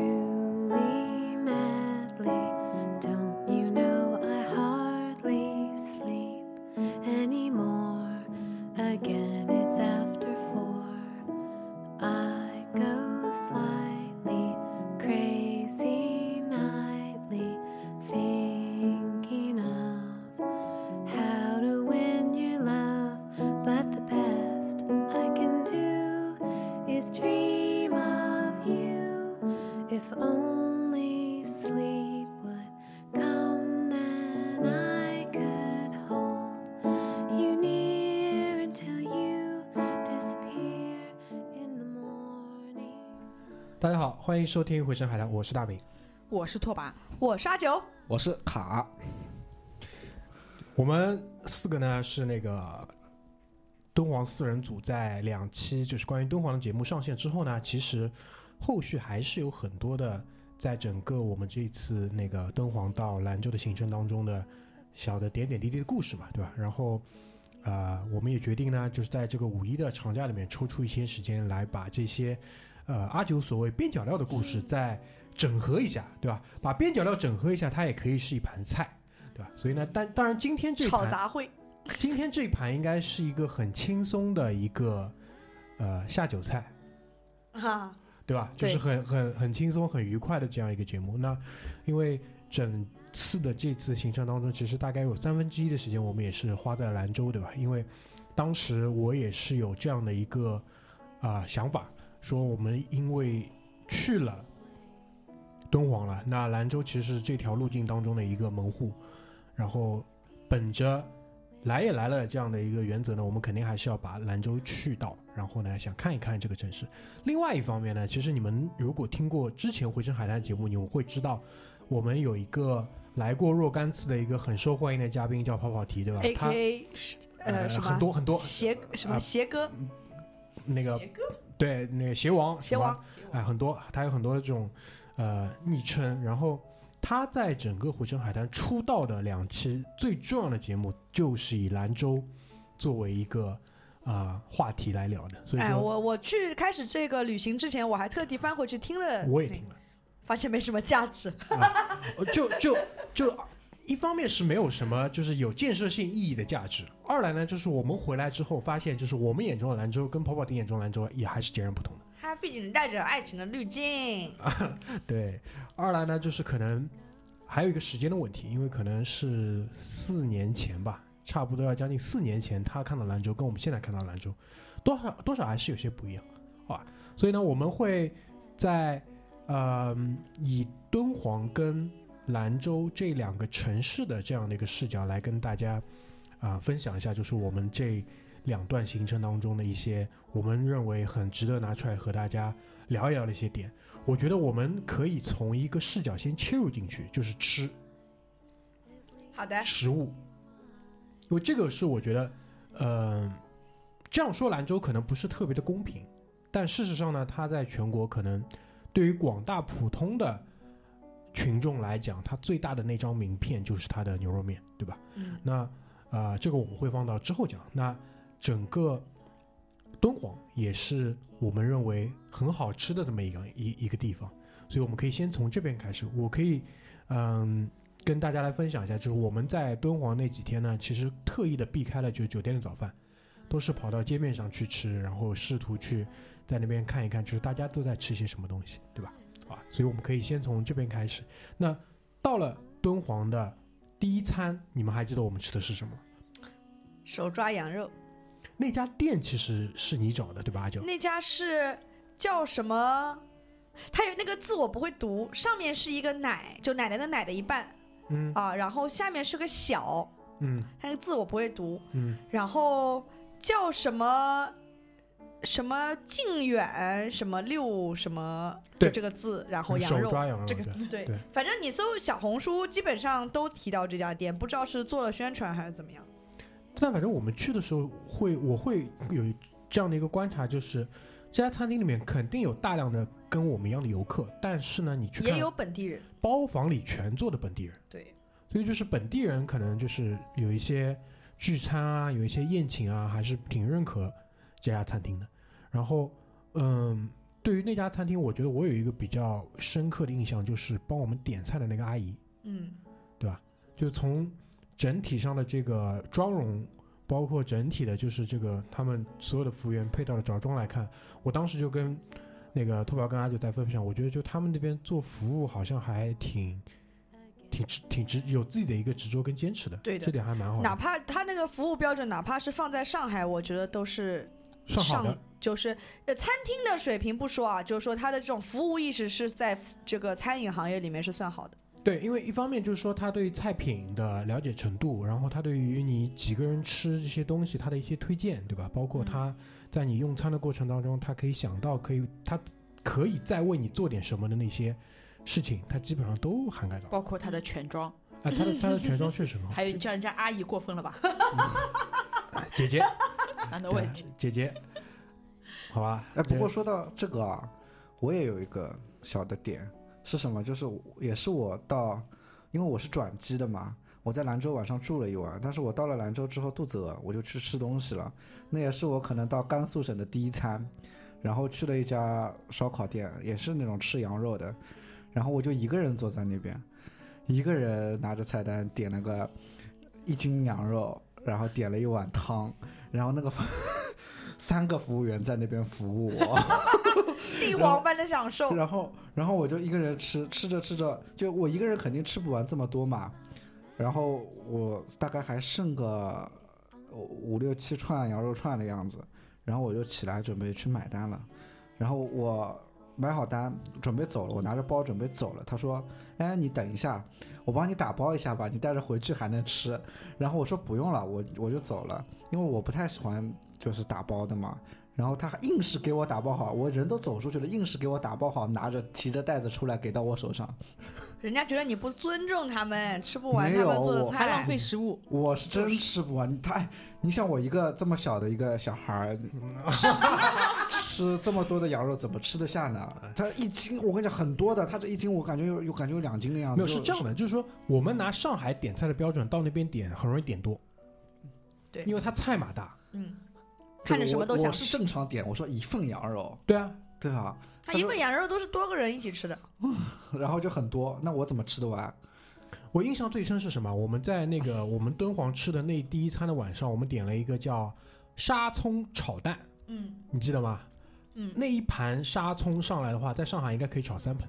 Truly, madly, don't you know I hardly sleep anymore? Again, it's after four. I go slightly crazy nightly, thinking of how to win your love. But the best I can do is dream of you. If only sleep would come, then I could hold you near until you disappear in the morning. 大家好，欢迎收听《回声海滩》，我是大明。我是拓跋，我是阿九，我是卡，我们四个呢是那个敦煌四人组，在两期就是关于敦煌的节目上线之后呢，其实后续还是有很多的，在整个我们这一次那个敦煌到兰州的行程当中的小的点点滴滴的故事嘛，对吧？然后。呃，我们也决定呢，就是在这个五一的长假里面抽出一些时间来把这些，呃，阿九所谓边角料的故事再整合一下，对吧？把边角料整合一下，它也可以是一盘菜，对吧？所以呢，但当然今天这一炒盘杂烩，今天这一盘应该是一个很轻松的一个呃下酒菜，哈，对吧？就对是很很很轻松、很愉快的这样一个节目。那因为整次的这次行程当中，其实大概有三分之一的时间我们也是花在了兰州，对吧？因为当时我也是有这样的一个啊、想法，说我们因为去了敦煌了，那兰州其实是这条路径当中的一个门户，然后本着。来也来了，这样的一个原则呢，我们肯定还是要把兰州去到，然后呢，想看一看这个城市。另外一方面呢，其实你们如果听过之前《回声海滩》节目，你们会知道，我们有一个来过若干次的一个很受欢迎的嘉宾叫跑跑提，对吧 A？他 K A 呃什么很多很啊多邪什么邪哥那个对那个邪王邪王什么哎很多，他有很多这种呃昵称，然后。他在整个《回声海滩》出道的两期最重要的节目，就是以兰州作为一个啊、话题来聊的，所以哎，说我我去开始这个旅行之前，我还特地翻回去听了，我也听了。发现没什么价值。 呃就就就一方面是没有什么就是有建设性意义的价值，二来呢就是我们回来之后发现，就是我们眼中的兰州跟跑跑丁眼中的兰州也还是截然不同的。它毕竟带着爱情的滤镜， 对，二来呢就是可能还有一个时间的问题，因为可能是四年前吧，差不多要将近四年前，他看到兰州跟我们现在看到兰州多少多少还是有些不一样啊，所以呢我们会在呃以敦煌跟兰州这两个城市的这样的一个视角来跟大家啊、分享一下，就是我们这两段行程当中的一些我们认为很值得拿出来和大家聊一聊的一些点。我觉得我们可以从一个视角先切入进去，就是吃好的，食物，因为这个是我觉得，呃，这样说兰州可能不是特别的公平，但事实上呢，它在全国可能对于广大普通的群众来讲，它最大的那张名片就是它的牛肉面，对吧？嗯，那呃，这个我们会放到之后讲。那整个敦煌也是我们认为很好吃的这么一个一一个地方，所以我们可以先从这边开始。我可以嗯、跟大家来分享一下，就是我们在敦煌那几天呢，其实特意的避开了就是酒店的早饭，都是跑到街面上去吃，然后试图去在那边看一看，就是大家都在吃些什么东西，对吧？啊，所以我们可以先从这边开始。那到了敦煌的第一餐，你们还记得我们吃的是什么？手抓羊肉那家店其实是你找的，对吧，阿九？那家是叫什么？它有那个字我不会读，上面是一个奶，就奶奶的奶的一半嗯啊，然后下面是个小，嗯它那个字我不会读，嗯，然后叫什么什么靖远什么六什么，就对这个字，然后羊手肉。抓羊肉这个字对对，反正你搜小红书，基本上都提到这家店，不知道是做了宣传还是怎么样。但反正我们去的时候会，我会有这样的一个观察，就是这家餐厅里面肯定有大量的跟我们一样的游客，但是呢，你去也看有本地人，包房里全坐的本地人，对，所以就是本地人可能就是有一些聚餐啊，有一些宴请啊，还是挺认可这家餐厅的。然后，嗯，对于那家餐厅，我觉得我有一个比较深刻的印象，就是帮我们点菜的那个阿姨，嗯，就从整体上的这个妆容，包括整体的，就是这个他们所有的服务员配套的着装来看，我当时就跟那个兔宝跟阿九在分享，我觉得就他们那边做服务好像还挺挺执挺执有自己的一个执着跟坚持的，对的这点还蛮好哪的，怕他那个服务标准，哪怕是放在上海，我觉得都是算好的，就是呃，餐厅的水平不说啊，就是说它的这种服务意识是在这个餐饮行业里面是算好的。对，因为一方面就是说他对菜品的了解程度，然后他对于你几个人吃这些东西他的一些推荐，对吧？包括嗯他在你用餐的过程当中，他可以想到可以他可以再为你做点什么的那些事情，他基本上都涵盖到。包括他的全装，啊，他 的他的全装确实很好。还有你叫人家阿姨过分了吧？姐姐，难道对问啊题？姐 姐，好吧。哎，不过说到这个啊，我也有一个小的点是什么？就是我也是我到，因为我是转机的嘛，我在兰州晚上住了一晚，但是我到了兰州之后肚子饿，我就去吃东西了。那也是我可能到甘肃省的第一餐，然后去了一家烧烤店，也是那种吃羊肉的，然后我就一个人坐在那边，一个人拿着菜单点了个一斤羊肉，然后点了一碗汤，然后那个三个服务员在那边服务我。帝王般的享受，然后，然后我就一个人吃，吃着吃着，就我一个人肯定吃不完这么多嘛。然后我大概还剩个五六七串羊肉串的样子，然后我就起来准备去买单了。然后我买好单，准备走了，我拿着包准备走了。他说：“哎，你等一下，我帮你打包一下吧，你带着回去还能吃。”然后我说：“不用了，我我就走了，因为我不太喜欢就是打包的嘛。”然后他还硬是给我打包好，我人都走出去了，硬是给我打包好，拿着提着袋子出来给到我手上。 人家觉得你不尊重他们，吃不完没他有们做的我还菜浪。费食物，我是真吃不完，他，哎你想我一个这么小的一个小孩儿， 吃这么多的羊肉怎么吃得下呢？哎他一斤，我跟你讲很多的，他这一斤我感觉有有感觉有两斤的样没子。有就是这样的，就是说我们拿上海点菜的标准到那边点，很容易点多。嗯对因为他菜码大。嗯，看着什么都想我我是正常点，我说一份羊肉，对啊，对吧？他一份羊肉都是多个人一起吃的，然后就很多，那我怎么吃得完？我印象最深是什么？我们在那 个我们敦煌吃的那第一餐的晚上，我们点了一个叫沙葱炒蛋，嗯，你记得吗？嗯那一盘沙葱上来的话，在上海应该可以炒 三盆，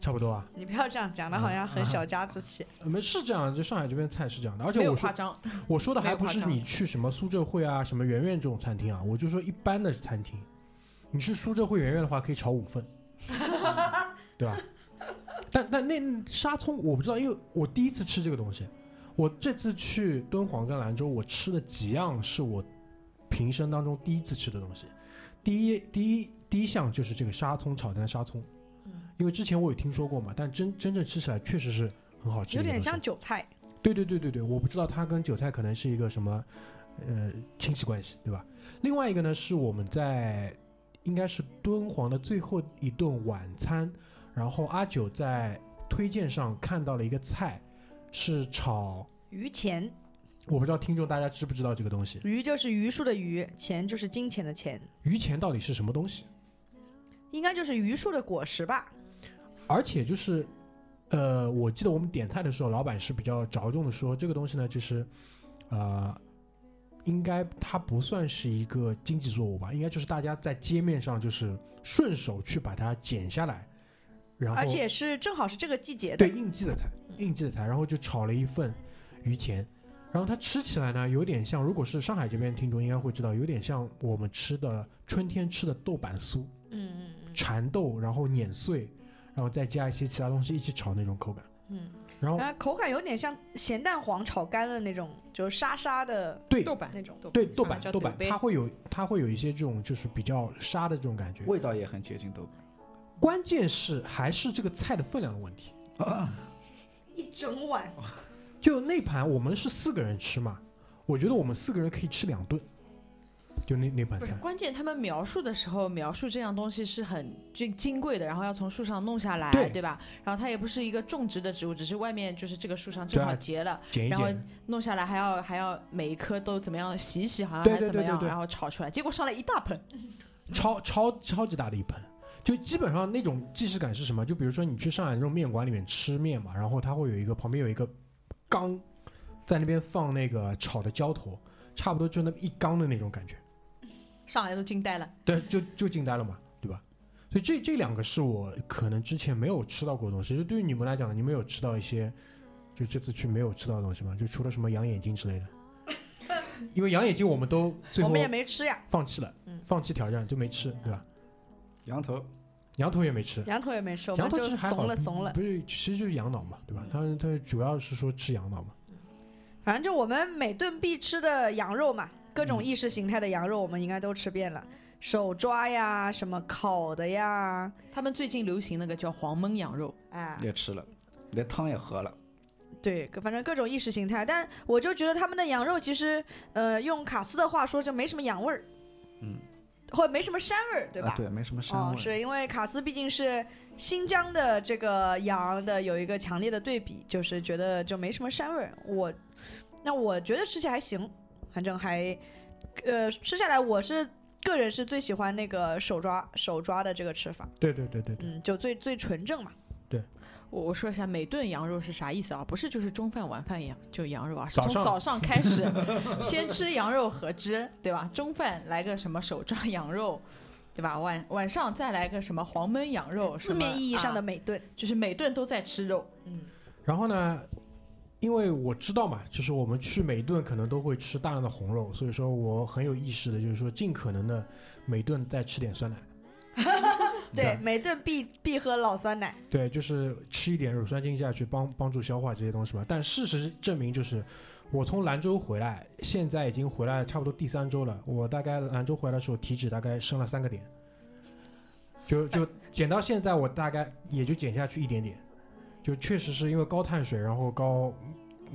差不多啊。你不要这样讲的，好像很小家子嗯气。我们是这样，就上海这边菜是这样的，而且没有我夸说张，我说的没还有不夸是张你去什么苏浙汇啊、什么圆圆这种餐厅啊，我就说一般的餐厅，你去苏浙汇圆圆的话，可以炒五份， 对吧？但但那沙葱我不知道，因为我第一次吃这个东西，我这次去敦煌跟兰州，我吃了几样是我平生当中第一次吃的东西。第一第一第一项就是这个沙葱炒蛋的沙葱，嗯因为之前我有听说过嘛，但真真正吃起来确实是很好吃有的一个东西，点像韭菜，对对对对对，我不知道他跟韭菜可能是一个什么，呃，亲戚关系，对吧？另外一个呢，是我们在应该是敦煌的最后一顿晚餐，然后阿九在推荐上看到了一个菜，是炒，鱼钱，我不知道听众大家知不知道这个东西，鱼就是榆树的榆，钱就是金钱的钱，榆钱到底是什么东西？应该就是榆树的果实吧？而且就是，呃，我记得我们点菜的时候，老板是比较着重的说，这个东西呢，就是，呃，应该它不算是一个经济作物吧，应该就是大家在街面上就是顺手去把它剪下来，然后而且是正好是这个季节的对，应季的菜，应季的菜，然后就炒了一份鱼钱，然后它吃起来呢，有点像，如果是上海这边听众应该会知道，有点像我们吃的春天吃的豆瓣酥，嗯嗯蚕豆，然后碾碎，然后再加一些其他东西一起炒那种口感。嗯然后嗯，然后口感有点像咸蛋黄炒干了那种，就是沙沙的对豆瓣那种。豆对瓣豆上海瓣叫豆瓣，杯它会有它会有一些这种就是比较沙的这种感觉。味道也很接近豆瓣。关键是还是这个菜的分量的问题。一整碗，就那盘我们是四个人吃嘛，我觉得我们四个人可以吃两顿，就那那盘不是菜。关键，他们描述的时候描述这样东西是很金金贵的，然后要从树上弄下来，对对吧？然后它也不是一个种植的植物，只是外面就是这个树上正对好啊结了，剪一然后剪，弄下来还要还要每一颗都怎么样洗一洗，好像对还对怎么对对样，对然后炒出来，结果上来一大盆，超超超级大的一盆。就基本上那种即视感是什么？就比如说你去上海那种面馆里面吃面嘛，然后它会有一个旁边有一个缸，在那边放那个炒的浇头，差不多就那么一缸的那种感觉。上来都惊呆了。对，就就惊呆了嘛，对吧？所以这这两个是我可能之前没有吃到过的东西。就对于你们来讲呢，你们有吃到一些就这次去没有吃到的东西吗？就除了什么羊眼睛之类的，因为羊眼睛我们都最我后们也没吃呀，放弃了嗯，放弃挑战就没吃，对吧？ 羊头羊头也没吃，羊头也没吃，我羊们头就其实还好嗯怂了怂了。嗯不是，其实就是羊脑嘛，对吧？它它主要是说吃羊脑嘛，反正就我们每顿必吃的羊肉嘛，各种嗯意识形态的羊肉，我们应该都吃遍了。手抓呀，什么烤的呀，他们最近流行那个叫黄焖羊肉，啊，也吃了，连汤也喝了。对，反正各种意识形态。但我就觉得他们的羊肉其实，呃，用卡斯的话说，就没什么羊味儿，嗯，或者没什么膻味儿，对吧？啊，对，没什么膻哦，味。是因为卡斯毕竟是新疆的这个羊的有一个强烈的对比，就是觉得就没什么膻味儿。我那我觉得吃起来还行，反正还呃吃下来我是个人是最喜欢那个手抓手抓的这个吃法，对对对对对，嗯，就最最纯正嘛。我我说一下每顿羊肉是啥意思啊？不是就是中饭晚饭羊就羊肉啊，是早从上早上开 始先吃羊肉和汁，对吧？中饭来个什么手抓羊肉，对吧？晚晚上再来个什么黄焖羊肉，字面意义上的啊美顿，就是每顿都在吃肉，嗯，然后呢？因为我知道嘛，就是我们去每顿可能都会吃大量的红肉，所以说我很有意识的，就是说尽可能的每顿再吃点酸奶，对，每顿必必喝老酸奶，对，就是吃一点乳酸菌下去帮帮助消化这些东西嘛。但事实证明，就是我从兰州回来，现在已经回来差不多第三周了。我大概兰州回来的时候，体脂大概升了三个点，就就减到现在，我大概也就减下去一点点。就确实是因为高碳水，然后高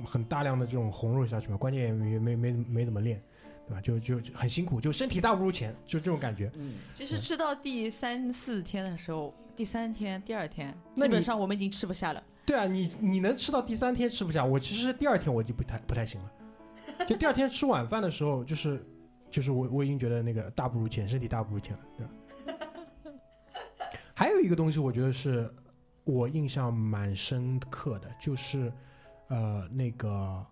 很大量的这种红肉下去嘛，关键也没没没没怎么练，对吧？就就就很辛苦，就身体大不如前，就这种感觉。嗯，其实吃到第三四天的时候，第三天、第二天，那基你本上我们已经吃不下了。对啊，你你能吃到第三天吃不下，我其实第二天我就不太不太行了，就第二天吃晚饭的时候，就是就是我我已经觉得那个大不如前，身体大不如前了，对吧？ 还有一个东西，我觉得是我印象蛮深刻的，就是呃那个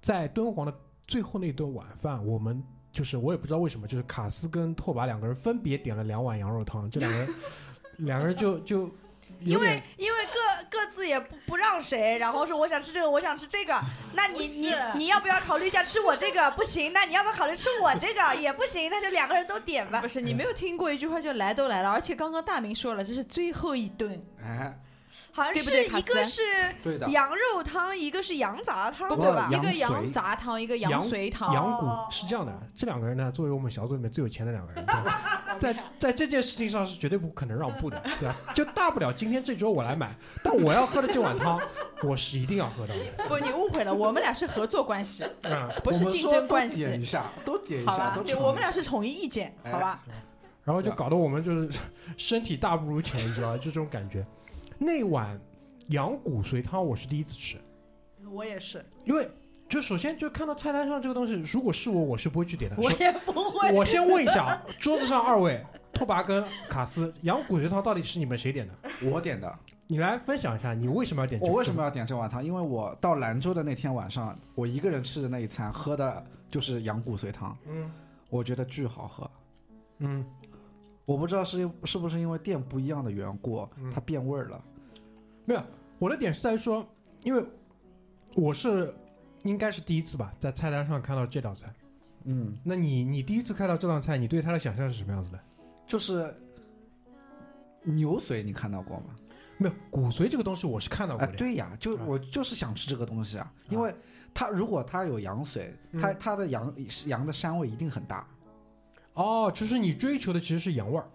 在敦煌的最后那顿晚饭，我们。就是我也不知道为什么，就是卡斯跟拓跋两个人分别点了两碗羊肉汤，这两个人两个人就就有因点为因为各各自也不不让谁，然后说我想吃这个，我想吃这个，那你不是你你要不要考虑一下吃我这个？不行，那你要不要考虑吃我这个？也不行，那就两个人都点吧不。是你没有听过一句话，就来都来了，而且刚刚大明说了，这是最后一顿，哎，好像对不是对卡一个斯是对的，羊肉汤，一个是羊杂汤，不对不，吧？一个羊羊髓杂汤，一个羊髓汤，羊骨是这样的，这两个人呢，作为我们小组里面最有钱的两个人，对吧在在这件事情上是绝对不可能让步的，对吧？就大不了今天这桌我来买，但我要喝的这碗汤，我是一定要喝到的。 不，你误会了，我们俩是合作关系，嗯，不我是们竞说争都关系点一下，都点一好下，吧都？对，尝我一们俩是统一意见，哎好吧？然后就搞得我们就是身体大不如前，你知道吧？就这种感觉。那碗羊骨髓汤我是第一次吃，我也是，因为就首先就看到菜单上这个东西，如果是我，我是不会去点的。我也不 会。我先问一下，桌子上二位拓跋跟卡斯，羊骨髓汤到底是你们谁点的？下我点的。你来分享一下，你为什么要点这我个？为什么要点这碗汤？因为我到兰州的那天晚上，我一个人吃的那一餐，喝的就是羊骨髓汤，嗯我觉得巨好喝。嗯，我不知道是是不是因为店不一样的缘故，嗯它变味儿了。我的点是在于说，因为我是应该是第一次吧，在菜单上看到这道菜。嗯，那你你第一次看到这道菜，你对它的想象是什么样子的？就是牛髓，你看到过吗？没有骨髓这个东西，我是看到啊过，的。对呀，就啊我就是想吃这个东西啊，啊因为它如果它有羊髓，它嗯它的羊羊的膻味一定很大哦，就是你追求的其实是羊味儿。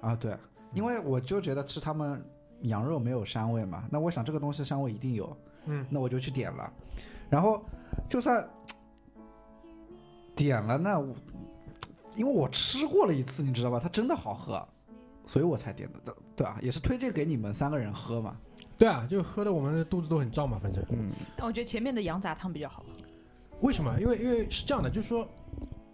啊。对，嗯因为我就觉得吃他们羊肉没有膻味嘛，那我想这个东西膻味一定有，嗯那我就去点了，然后就算点了那我，因为我吃过了一次，你知道吧？它真的好喝，所以我才点的，对对啊，也是推荐给你们三个人喝嘛。对啊，就喝的我们的肚子都很胀嘛，反正。嗯，但我觉得前面的羊杂汤比较好喝，为什么？因为因为是这样的，就是说，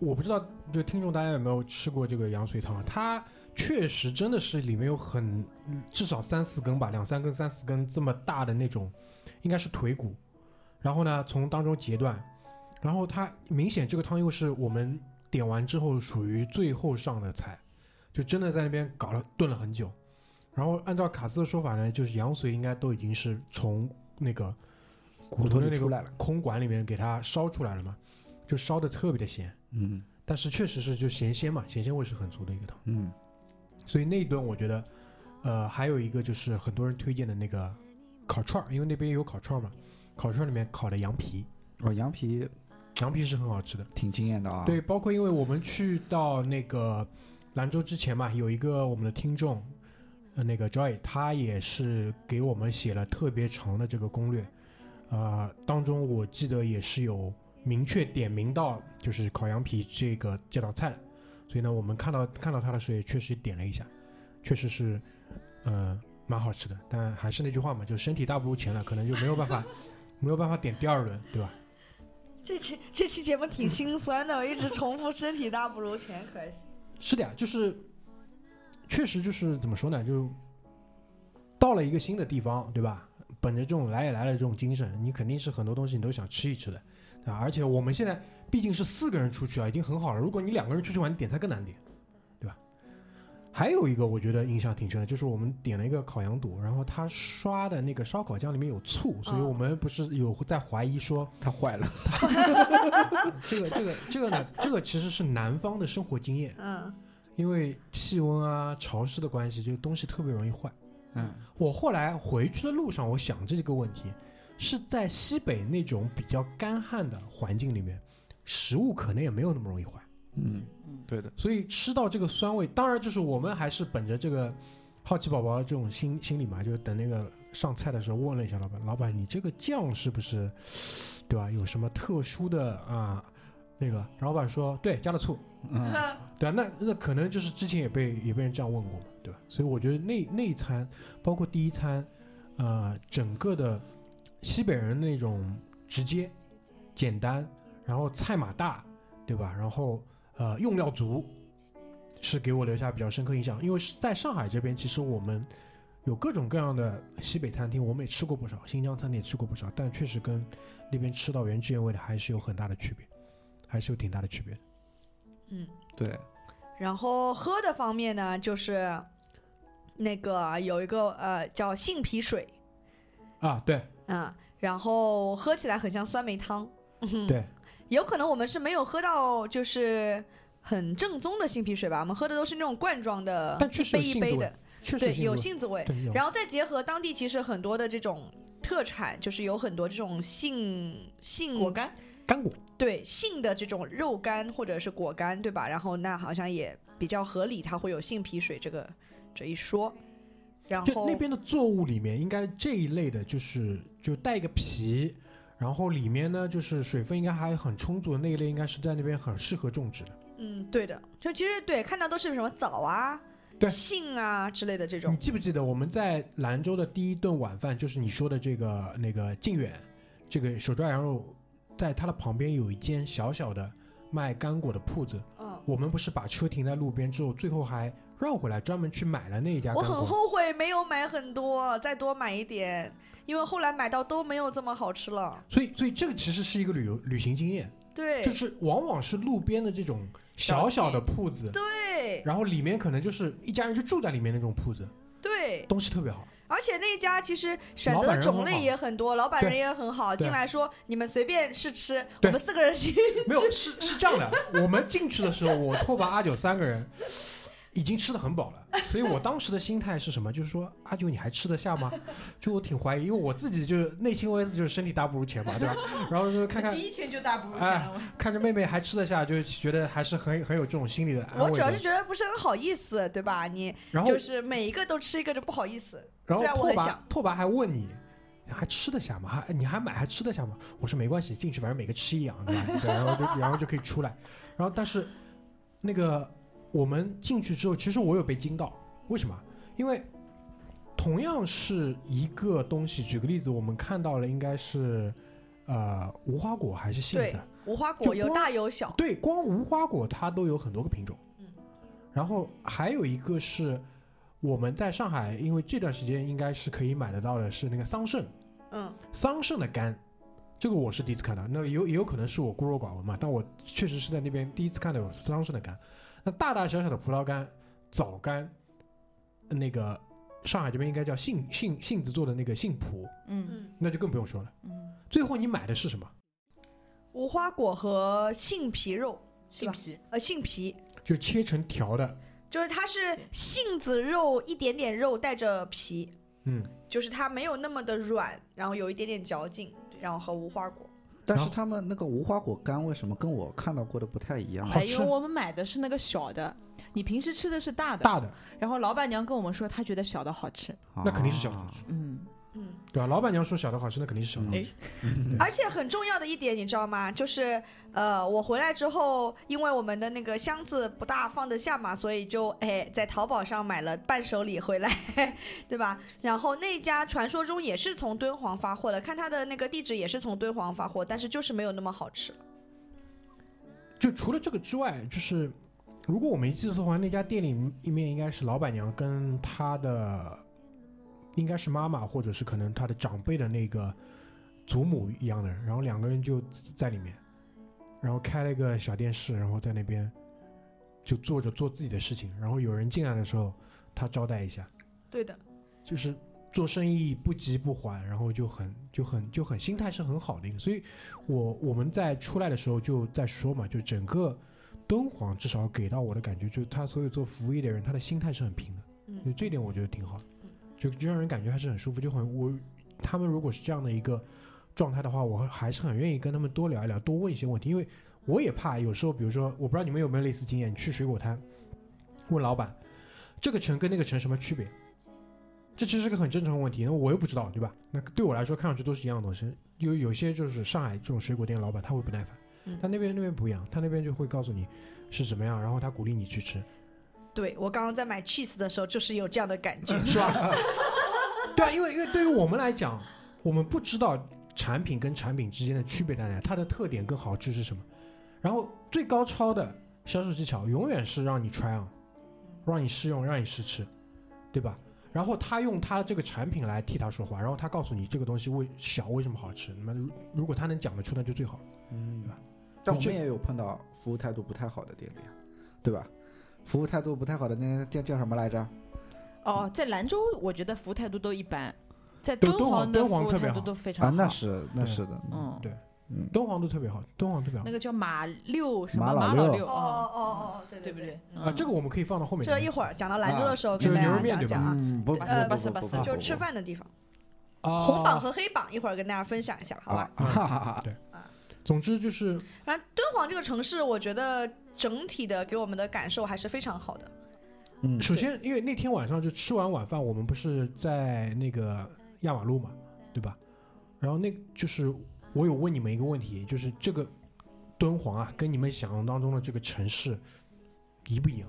我不知道就听众大家有没有吃过这个羊髓汤，啊它确实真的是里面有很嗯至少三四根吧，两三根、三四根这么大的那种，应该是腿骨，然后呢从当中截断，然后它明显这个汤又是我们点完之后属于最后上的菜，就真的在那边搞了炖了很久，然后按照卡斯的说法呢，就是羊髓应该都已经是从那个骨头的里那出个来了，空管里面给它烧出来了嘛，就烧的特别的咸，嗯但是确实是就咸鲜嘛，咸鲜味是很足的一个汤。嗯，所以那一顿我觉得，呃，还有一个就是很多人推荐的那个烤串儿，因为那边有烤串儿嘛，烤串儿里面烤的羊皮，哦，羊皮羊皮是很好吃的。挺惊艳的啊，对，，包括因为我们去到那个兰州之前嘛，有一个我们的听众，呃，那个 Joy，他也是给我们写了特别长的这个攻略，呃，当中我记得也是有明确点名到就是烤羊皮这个这道菜的，所以呢，我们看到看到他的时候也确实点了一下，确实是，呃，蛮好吃的，但还是那句话嘛，就身体大不如前了，可能就没有办法没有办法点第二轮，对吧？这期这期节目挺心酸的，我一直重复身体大不如前，可惜。是的呀，就是确实就是怎么说呢，就到了一个新的地方，对吧？本着这种来也来了这种精神，你肯定是很多东西你都想吃一吃的啊。而且我们现在毕竟是四个人出去啊，已经很好了。如果你两个人出去玩，点菜更难点，对吧？还有一个我觉得印象挺深的，就是我们点了一个烤羊肚，然后他刷的那个烧烤酱里面有醋，所以哦我们不是有在怀疑说它坏了，这个这个这个呢，这个其实是南方的生活经验。嗯，因为气温啊、潮湿的关系，这个东西特别容易坏。嗯，我后来回去的路上，我想这个问题，是在西北那种比较干旱的环境里面，食物可能也没有那么容易坏，嗯嗯，对的，所以吃到这个酸味，当然就是我们还是本着这个好奇宝宝这种心心理嘛，就是等那个上菜的时候问了一下老板，老板你这个酱是不是，对吧？有什么特殊的啊？那个老板说，对，加了醋。嗯，对啊，那那可能就是之前也被也被人这样问过嘛，对吧？所以我觉得那那一餐，包括第一餐，呃，整个的西北人那种直接、简单，然后菜码大，对吧？然后呃，用料足，是给我留下比较深刻印象。因为是在上海这边，其实我们有各种各样的西北餐厅，我们也吃过不少，新疆餐厅也吃过不少，但确实跟那边吃到原汁原味的还是有很大的区别，还是有挺大的区别的。对，然后喝的方面呢，就是那个有一个呃叫杏皮水啊，对，啊、然后喝起来很像酸梅汤。对，有可能我们是没有喝到就是很正宗的杏皮水吧，我们喝的都是那种罐装的，但确一实有杯一杏杯子味的，确实对，有味杏子味。对有然后再结合当地其实很多的这种特产，就是有很多这种杏杏果干，干果，对杏的这种肉干或者是果干，对吧？然后那好像也比较合理，它会有杏皮水这个这一说。然就后那边的作物里面，应该这一类的就是就带一个皮，然后里面呢就是水分应该还很充足的那一类，应该是在那边很适合种植的。嗯，对的，就其实对看到都是什么枣啊、对杏啊之类的这你种，记不记得我们在兰州的第一顿晚饭，就是你说的这个那个靖远，这个手抓羊肉，在它的旁边有一间小小的卖干果的铺子，嗯。我们不是把车停在路边之后，最后还绕回来专门去买了那一家我干果。很后悔没有买很多，再多买一点，因为后来买到都没有这么好吃了。所以，所以这个其实是一个旅游旅行经验。对，就是往往是路边的这种小小的铺子，对然后里面可能就是一家人就住在里面那种铺子，对，东西特别 好。而且那家其实选老择板人的很种类好也很多，老板对人也很好，进对来说你们随便试吃，我对们四个人去。没有，是是这样的，我们进去的时候，我拓跋阿九三个人已经吃的很饱了，所以我当时的心态是什么？就是说阿九你还吃得下吗？就我挺怀疑，因为我自己就是内心 OS 就是身体大不如前嘛，对 吧？然后就是看看第一天就大不如前哎了。我看着妹妹还吃得下，就是觉得还是很很有这种心理的安我慰主的。要是觉得不是很好意思，对吧？你然后就是每一个都吃一个就不好意思。然后虽然我拓很跋想拓跋还问你，还吃得下吗？还你还买还吃得下吗？我说没关系，进去反正每个吃一样，对吧？ 对然后就然后就可以出来。然后但是那个我们进去之后，其实我有被惊到，为什么？因为同样是一个东西，举个例子，我们看到了应该是呃无花果还是杏对子，无花果就有光大有小，对，光无花果它都有很多个品种。嗯然后还有一个是我们在上海，因为这段时间应该是可以买得到的，是那个桑葚，嗯，桑葚的干。这个我是第一次看到，那有也有可能是我孤陋寡闻嘛，但我确实是在那边第一次看到有桑葚的干。那大大小小的葡萄干、枣干，那个上海这边应该叫杏杏杏子做的那个杏脯，嗯嗯，那就更不用说了。嗯，最后你买的是什么？无花果和杏皮肉，杏皮，呃，杏皮就切成条的，就是它是杏子肉一点点肉带着皮，嗯，就是它没有那么的软，然后有一点点嚼劲，然后和无花果。但然是后他们那个无花果干为什么跟我看到过的不太一样？好哎吃呦，我们买的是那个小的，你平时吃的是大的，大的，然后老板娘跟我们说她觉得小的好吃，那肯定是小的啊好吃嗯，嗯，对啊吧？老板娘说小的好吃，那肯定是小的好吃。哎，而且很重要的一点，你知道吗？就是呃，我回来之后，因为我们的那个箱子不大，放得下嘛，所以就哎在淘宝上买了伴手礼回来， 对吧？然后那家传说中也是从敦煌发货的，看它的那个地址也是从敦煌发货，但是就是没有那么好吃了。就除了这个之外，就是如果我没记错的话，那家店里面应该是老板娘跟她的，应该是妈妈或者是可能她的长辈的那个祖母一样的人，然后两个人就在里面，然后开了一个小电视，然后在那边就做着做自己的事情，然后有人进来的时候，她招待一下，对的，就是做生意不急不缓，然后就很就很就很心态是很好的一个。所以我我们在出来的时候就在说嘛，就整个敦煌至少给到我的感觉，就是他所有做服务业的人，他的心态是很平的，就嗯，这一点我觉得挺好的，就就让人感觉还是很舒服，就很我他们如果是这样的一个状态的话，我还是很愿意跟他们多聊一聊，多问一些问题，因为我也怕有时候，比如说我不知道你们有没有类似经验，你去水果摊问老板这个城跟那个城什么区别，这其实是个很正常的问题，那我又不知道，对吧？那对我来说看上去都是一样的东西，有有些就是上海这种水果店老板他会不耐烦嗯，他那边那边不一样，他那边就会告诉你是怎么样，然后他鼓励你去吃，对我刚刚在买 cheese 的时候，就是有这样的感觉。是吧？ 对啊，因为因为对于我们来讲，我们不知道产品跟产品之间的区别在哪，它的特点跟好处是什么。然后最高超的销售技巧永远是让你 try on，让你试用，让你试吃，对吧？然后他用他这个产品来替他说话，然后他告诉你这个东西为小为什么好吃。那么如如果他能讲得出，那就最好。嗯对吧，但我这们也有碰到服务态度不太好的店里啊，对吧？服务态度不太好的那家店叫什么来着？哦，在兰州我觉得服务态度都一般，在对敦敦煌煌的敦煌服务特态别度好都非常啊，好，那是那对是的，嗯，对嗯，敦煌都特别好，敦煌特别好那。个叫马六什么啊马老马六六，哦嗯哦哦哦，对对对不对？？嗯啊，这个个我们可以放到后面这讲。一会儿讲到兰州的时候，啊跟就大是牛家肉面对讲吧讲啊，嗯，不，不巴斯不呃巴斯不巴不斯不就不吃不饭的地方，啊红榜和黑榜一会儿跟大家分享一下，好吧？啊哈哈哈，总之就是反正敦煌这个城市，我觉得整体的给我们的感受还是非常好的。嗯，首先，因为那天晚上就吃完晚饭，我们不是在那个压马路嘛，对吧？然后那个就是我有问你们一个问题，就是这个敦煌啊，跟你们想象当中的这个城市一不一样？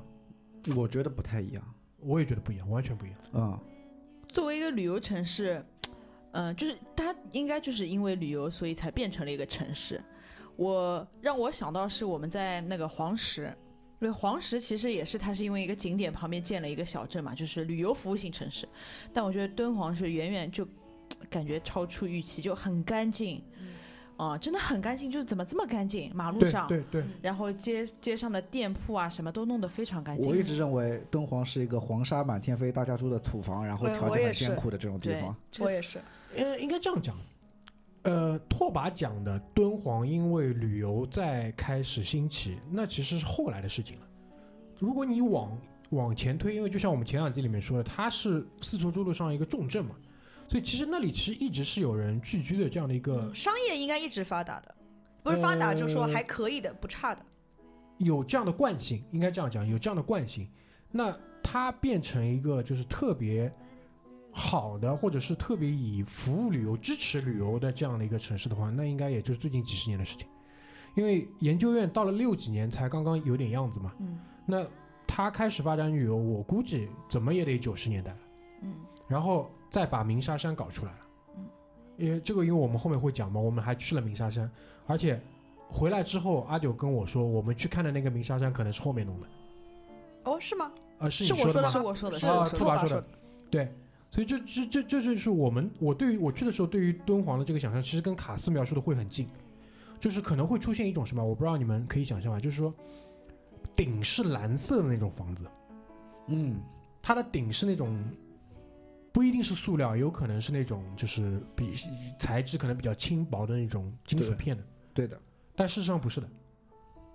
我觉得不太一样，我也觉得不一样，完全不一样。嗯，作为一个旅游城市，嗯、就是它应该就是因为旅游，所以才变成了一个城市。我让我想到是我们在那个黄石，因为黄石其实也是它是因为一个景点旁边建了一个小镇嘛，就是旅游服务型城市。但我觉得敦煌是远远就感觉超出预期，就很干净，嗯啊、真的很干净，就是怎么这么干净？马路对上，对对，然后街街上的店铺啊什么都弄得非常干净。我一直认为敦煌是一个黄沙满天飞、大家住的土房，然后嗯条我也件很是艰苦的这种地对方。这我也是，呃，应该这样讲。呃，拓跋讲的敦煌因为旅游在开始兴起，那其实是后来的事情了。如果你往往前推，因为就像我们前两集里面说的，它是丝绸之路上一个重镇嘛，所以其实那里其实一直是有人聚居的这样的一嗯个商业应该一直发达的，不是发达呃就说还可以的，不差的。有这样的惯性，应该这样讲，有这样的惯性，那它变成一个就是特别好的，或者是特别以服务旅游支持旅游的这样的一个城市的话，那应该也就是最近几十年的事情。因为研究院到了六几年才刚刚有点样子嘛，嗯那它开始发展旅游，我估计怎么也得九十年代了，嗯然后再把鸣沙山搞出来了嗯。因为这个，因为我们后面会讲嘛，我们还去了鸣沙山，而且回来之后，阿九跟我说，我们去看的那个鸣沙山可能是后面弄的，哦，是吗？啊，是你是我说的吗？说的是我说的，是是我啊，我说说兔的。爸爸说说的，对，所以这这这这就是我们我对于我去的时候对于敦煌的这个想象，其实跟卡斯描述的会很近，就是可能会出现一种什么，我不知道你们可以想象吗？就是说，顶是蓝色的那种房子，嗯，它的顶是那种。不一定是塑料，有可能是那种就是比材质可能比较轻薄的那种金属对片的，对的，但事实上不是的，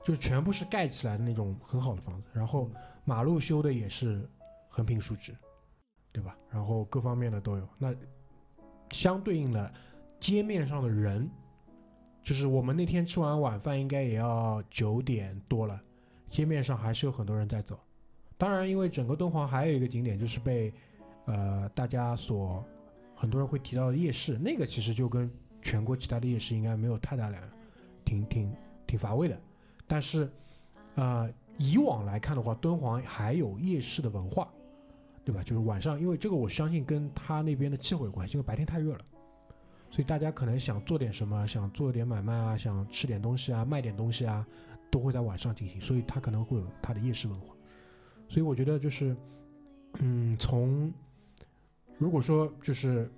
就是全部是盖起来的那种很好的房子，然后马路修的也是横平竖直，对吧？然后各方面的都有。那相对应的，街面上的人，就是我们那天吃完晚饭应该也要九点多了，街面上还是有很多人在走。当然，因为整个敦煌还有一个景点就是被呃大家所很多人会提到的夜市，那个其实就跟全国其他的夜市应该没有太大两样。挺挺挺乏味的。但是，呃，以往来看的话，敦煌还有夜市的文化，对吧？就是晚上，因为这个我相信跟它那边的气候有关系，因为白天太热了，所以大家可能想做点什么，想做点买卖啊，想吃点东西啊，卖点东西啊，都会在晚上进行，所以它可能会有它的夜市文化。所以我觉得就是，嗯，从如果说就是。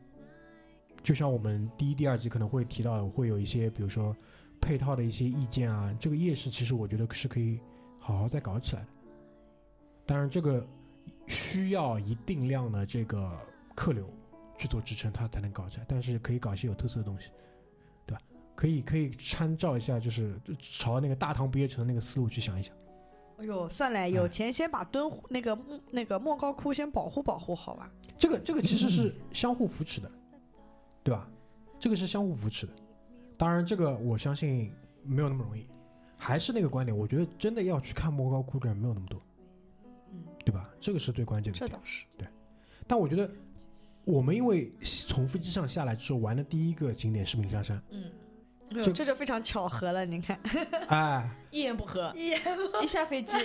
就像我们第一、第二集可能会提到的，会有一些，比如说配套的一些意见啊，这个夜市其实我觉得是可以好好再搞起来的。当然，这个需要一定量的这个客流去做支撑，它才能搞起来。但是可以搞一些有特色的东西，对吧？可以可以参照一下，就是就朝那个大唐不夜城那个思路去想一想。哎呦，算了，有钱先把敦煌那个莫那个莫高窟先保护保护好吧。这个这个其实是相互扶持的，对吧？这个是相互扶持的。当然，这个我相信没有那么容易。还是那个观点，我觉得真的要去看莫高窟的人没有那么多，嗯，对吧？这个是最关键的这点。倒是。但我觉得我们因为从飞机上下来之后玩的第一个景点是鸣沙 山，嗯，哎呦这这就非常巧合了，你 看，哎，一言不合，一一下飞 机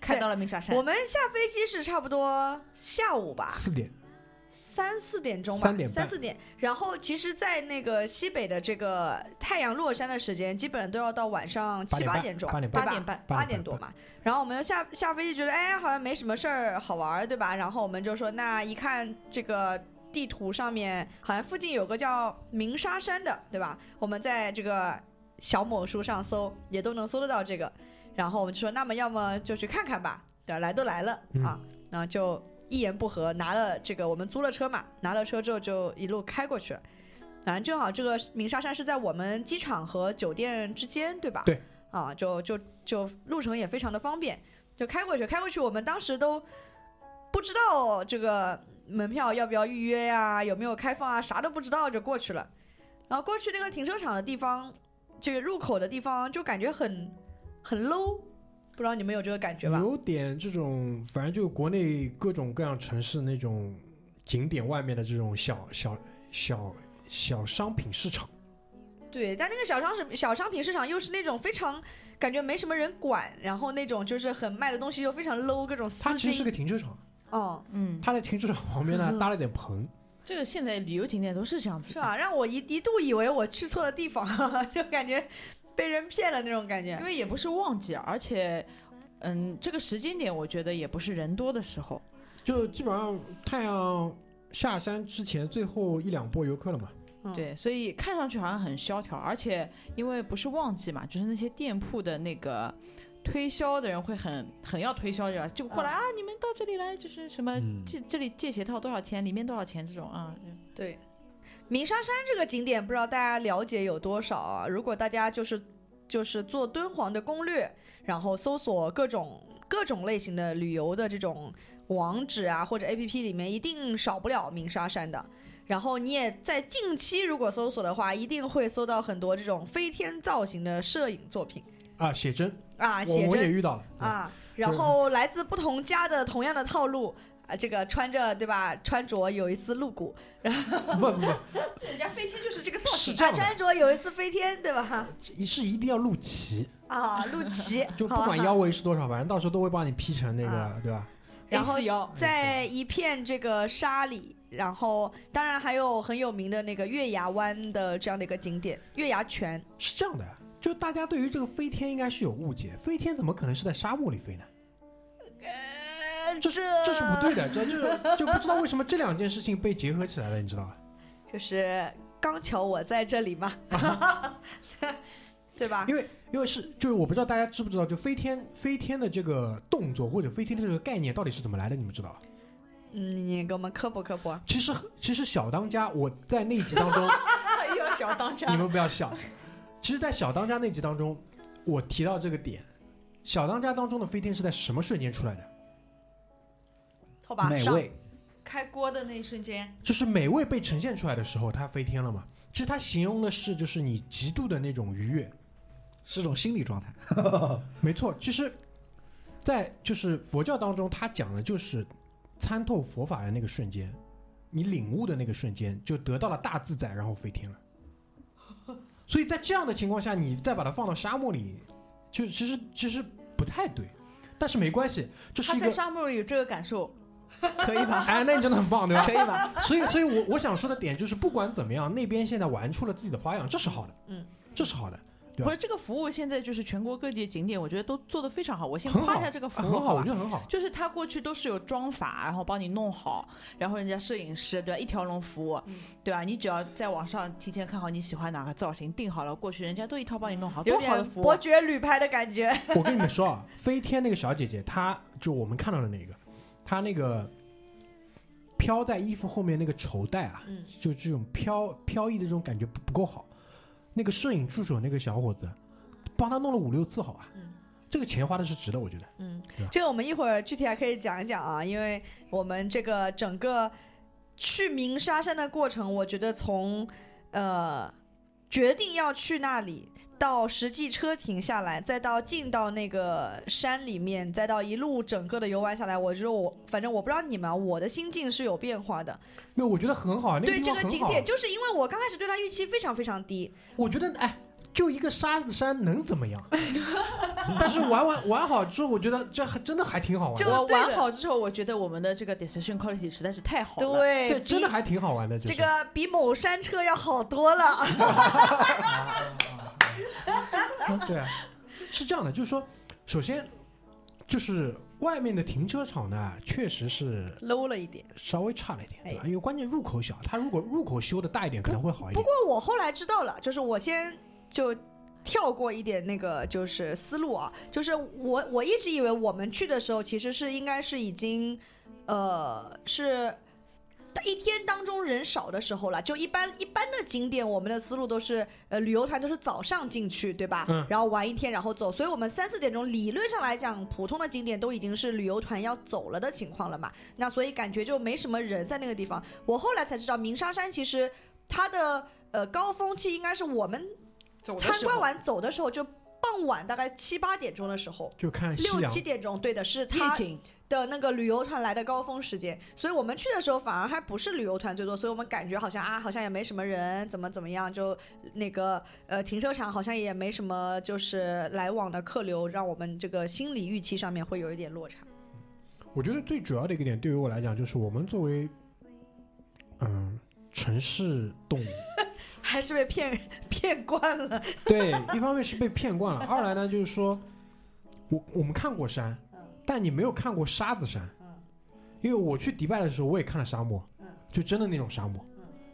看到了鸣沙山我。们下飞机是差不多下午吧，四点，三四点钟吧，三点半三四点。然后其实，在那个西北的这个太阳落山的时间，基本上都要到晚上七八点八半点钟，八点对半吧八点半八点多嘛。然后我们又下下飞机，觉得哎，好像没什么事儿好玩儿，对吧？然后我们就说，那一看这个。地图上面好像附近有个叫鸣沙山的，对吧？我们在这个小某书上搜，也都能搜得到这个。然后我们就说，那么要么就去看看吧，对吧来都来了、嗯啊，然后就一言不合拿了这个，我们租了车嘛，拿了车之后就一路开过去了。反正正好这个鸣沙山是在我们机场和酒店之间，对吧？对。啊，就就就路程也非常的方便，就开过去，开过去。我们当时都不知道这个门票要不要预约呀、有没有开放啊，啥都不知道就过去了。然后过去那个停车场的地方，这个入口的地方就感觉很很 low，不知道你们有这个感觉吧？有点这种，反正就国内各种各样城市那种景点外面的这种小小小小商品市场，对，但那个小商市小商品市场又是那种非常感觉没什么人管，然后那种就是很卖的东西又非常 low，各种丝它其实是巾。个停车场，哦，嗯，它在停车场旁嗯边呢搭了点棚，这个现在旅游景点都是这样子。是啊吧？让我一一度以为我去错了地方， 就感觉被人骗了那种感觉因。为也不是旺季，而且，嗯，这个时间点我觉得也不是人多的时候。就基本上太阳下山之前最后一两波游客了嘛。嗯对，所以看上去好像很萧条，而且因为不是旺季嘛，就是那些店铺的那个推销的人会很很要推销，着，就过来嗯啊，你们到这里来，就是什么嗯这这里借鞋套多少钱，里面多少钱这种啊。对，鸣沙山这个景点不知道大家了解有多少啊？如果大家就是就是做敦煌的攻略，然后搜索各种各种类型的旅游的这种网址啊或者 APP 里面，一定少不了鸣沙山的。然后你也在近期如果搜索的话，一定会搜到很多这种飞天造型的摄影作品啊，写真，啊，我写我也真遇到了，啊，然后来自不同家的同样的套路。啊，这个穿着对吧？穿着有一丝露骨，嗯不不不， 人家飞天就是这个造型是这啊，样的穿着有一次飞天，对吧？是一定要录齐，啊，陆琪，就不好吧管腰围是多少，反正到时候都会帮你 P 成那啊个，对吧？哎然后 A4 腰在一片这个沙里，然后当然还有很有名的那个月牙湾的这样的一个景点，月牙泉。是这样的，就大家对于这个飞天应该是有误解，飞天怎么可能是在沙漠里飞呢？呃，这这是不对的，这这就不知道为什么这两件事情被结合起来了，你知道吧？就是刚巧我在这里嘛， 对吧？因为因为是就是我不知道大家知不知道，就飞天飞天的这个动作或者飞天的这个概念到底是怎么来的，你们知道吧？嗯，你给我们科普科普。其实其实小当家我在那一集当中，又 要哎小当你们不要笑，其实，在小当家那集当中，我提到这个点，小当家当中的飞天是在什么瞬间出来的？好吧，美上味，开锅的那一瞬间，就是美味被呈现出来的时候，它飞天了嘛？其实它形容的是就是你极度的那种愉悦，是种心理状态。没错，其实，在就是佛教当中，它讲的就是参透佛法的那个瞬间，你领悟的那个瞬间，就得到了大自在，然后飞天了。所以在这样的情况下，你再把它放到沙漠里，就其实其实不太对，但是没关系，这是他一在个沙漠里有这个感受，可以吧？哎，那你真的很棒，对 吧？可以吧？所以，所以我我想说的点就是，不管怎么样，那边现在玩出了自己的花样，这是好的，嗯，这是好的，对吧啊不是这个服务现在就是全国各地景点，我觉得都做得非常好。我先很夸好，一下这个服很务，好，好我吧觉？得很好。就是他过去都是有妆法，然后帮你弄好，然后人家摄影师对吧、一条龙服务，嗯对吧、你只要在网上提前看好你喜欢哪个造型，定好了过去，人家都一套帮你弄好，有多好的点啊服务啊伯！爵旅拍的感觉。我跟你们说啊，飞天那个小姐姐，她就我们看到的那个，她那个飘在衣服后面那个绸带啊，嗯就这种飘飘逸的这种感觉不不够好。那个摄影助手那个小伙子，帮他弄了五六次好啊，嗯这个钱花的是值的，我觉得。嗯对吧，这个我们一会儿具体还可以讲一讲啊，因为我们这个整个去鸣沙山的过程，我觉得从呃决定要去那里。到实际车停下来，再到进到那个山里面，再到一路整个的游玩下来，我觉得我反正我不知道你们啊，我的心境是有变化的。没有，我觉得很好啊，那个对地这方个很景好啊点，就是因为我刚开始对它预期非常非常低，我觉得哎，就一个沙子山能怎 么样？但是玩完玩好之后，我觉得这还真的还挺好玩这的，个我对的玩好之后，我觉得我们的这个 decision quality 实在是太好了。对对，比真的还挺好玩的，就是、这个比某山车要好多了。 对啊，是这样的，就是说，首先就是外面的停车场呢，确实是 low 了一点。稍微差了一点，对吧？哎因为关键入口小，它如果入口修的大一点，可能会好一不点。过我后来知道了，就是我先就跳过一点那个就是思路啊，就是我我一直以为我们去的时候其实是应该是已经呃是。一天当中人少的时候了，就一般一般的景点，我们的思路都是，呃，旅游团都是早上进去，对吧？嗯然后玩一天，然后走。所以我们三四点钟，理论上来讲，普通的景点都已经是旅游团要走了的情况了嘛。那所以感觉就没什么人在那个地方。我后来才知道，鸣沙山其实它的呃高峰期应该是我们参观完走的时候，就傍晚大概七八点钟的时候。就看哎夕六阳七，点钟，对的，是夜它景，的那个旅游团来的高峰时间，所以我们去的时候反而还不是旅游团最多，所以我们感觉好像啊，好像也没什么人，怎么怎么样，就那个呃停车场好像也没什么，就是来往的客流，让我们这个心理预期上面会有一点落差。 我觉得最主要的一个点，对于我来讲，就是我们作为嗯城市动物，还是被骗 骗惯了， 对，一方面是被骗惯了，二来呢就是说，我我们看过山，但你没有看过沙子山，因为我去迪拜的时候我也看了沙漠，就真的那种沙漠，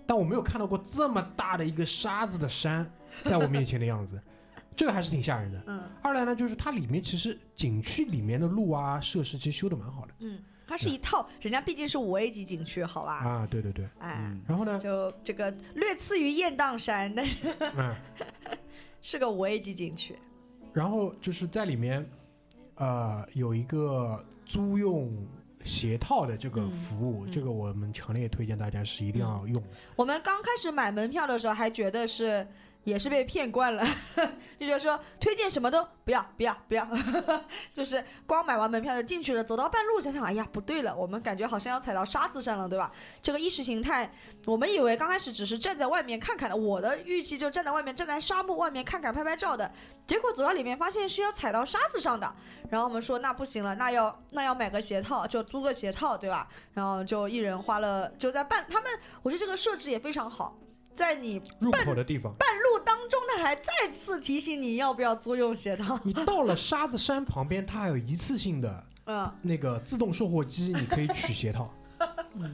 但我没有看到过这么大的一个沙子的山在我面前的样子，这个还是挺吓人的。嗯。二来呢就是它里面其实景区里面的路啊设施其实修的蛮好的嗯，它是一套，人家毕竟是五 A 级景区，好吧？啊，对对对，哎，嗯然后 呢，就这个略次于雁荡山，但是嗯。是个五 A 级景区。然后就是在里面，呃，有一个租用鞋套的这个服务，嗯这个我们强烈推荐大家是一定要用的。我们刚开始买门票的时候还觉得是也是被骗惯了， 就觉得说推荐什么都不要不要不要， 就是光买完门票就进去了，走到半路想想，哎呀不对了，我们感觉好像要踩到沙子上了，对吧？这个意识形态，我们以为刚开始只是站在外面看看的，我的预期就站在外面站在沙漠外面看看拍拍照的，结果走到里面发现是要踩到沙子上的，然后我们说那不行了，那要那要买个鞋套，就租个鞋套，对吧？然后就一人花了就在半他们。我觉得这个设置也非常好，在你入口的地方，半路当中呢还再次提醒你要不要租用鞋套。你到了沙子山旁边，它还有一次性的嗯，那个自动售货机，你可以取鞋 套。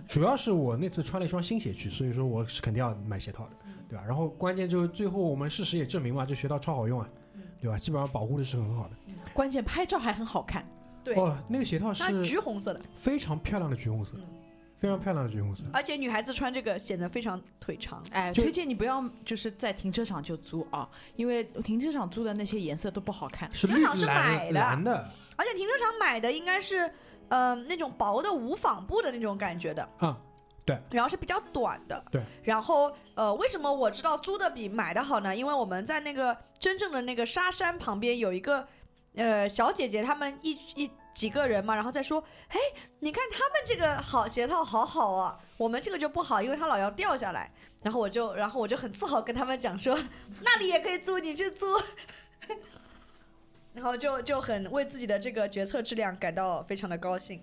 主要是我那次穿了一双新鞋去，所以说我是肯定要买鞋套的，嗯对吧？然后关键就是最后我们事实也证明嘛，这鞋套超好用啊，嗯对吧？基本上保护的是很好的。关键拍照还很好看，对，哦，那个鞋套它是橘红色的，非常漂亮的橘红色嗯，非常漂亮的橘红色。而且女孩子穿这个显得非常腿长。哎，就推荐你不要就是在停车场就租啊，因为停车场租的那些颜色都不好看。是平绿常是买蓝的蓝的而且停车场买的应该是，嗯、那种薄的无纺布的那种感觉的，啊，然后是比较短的，对。然后呃，为什么我知道租的比买的好呢？因为我们在那个真正的那个沙山旁边有一个，呃，小姐姐她们一一。几个人嘛，然后再说，哎，你看他们这个好鞋套好好啊，我们这个就不好，因为它老要掉下来。然后我就，然后我就很自豪跟他们讲说， 那里也可以租，你去租。然后就就很为自己的这个决策质量感到非常的高兴。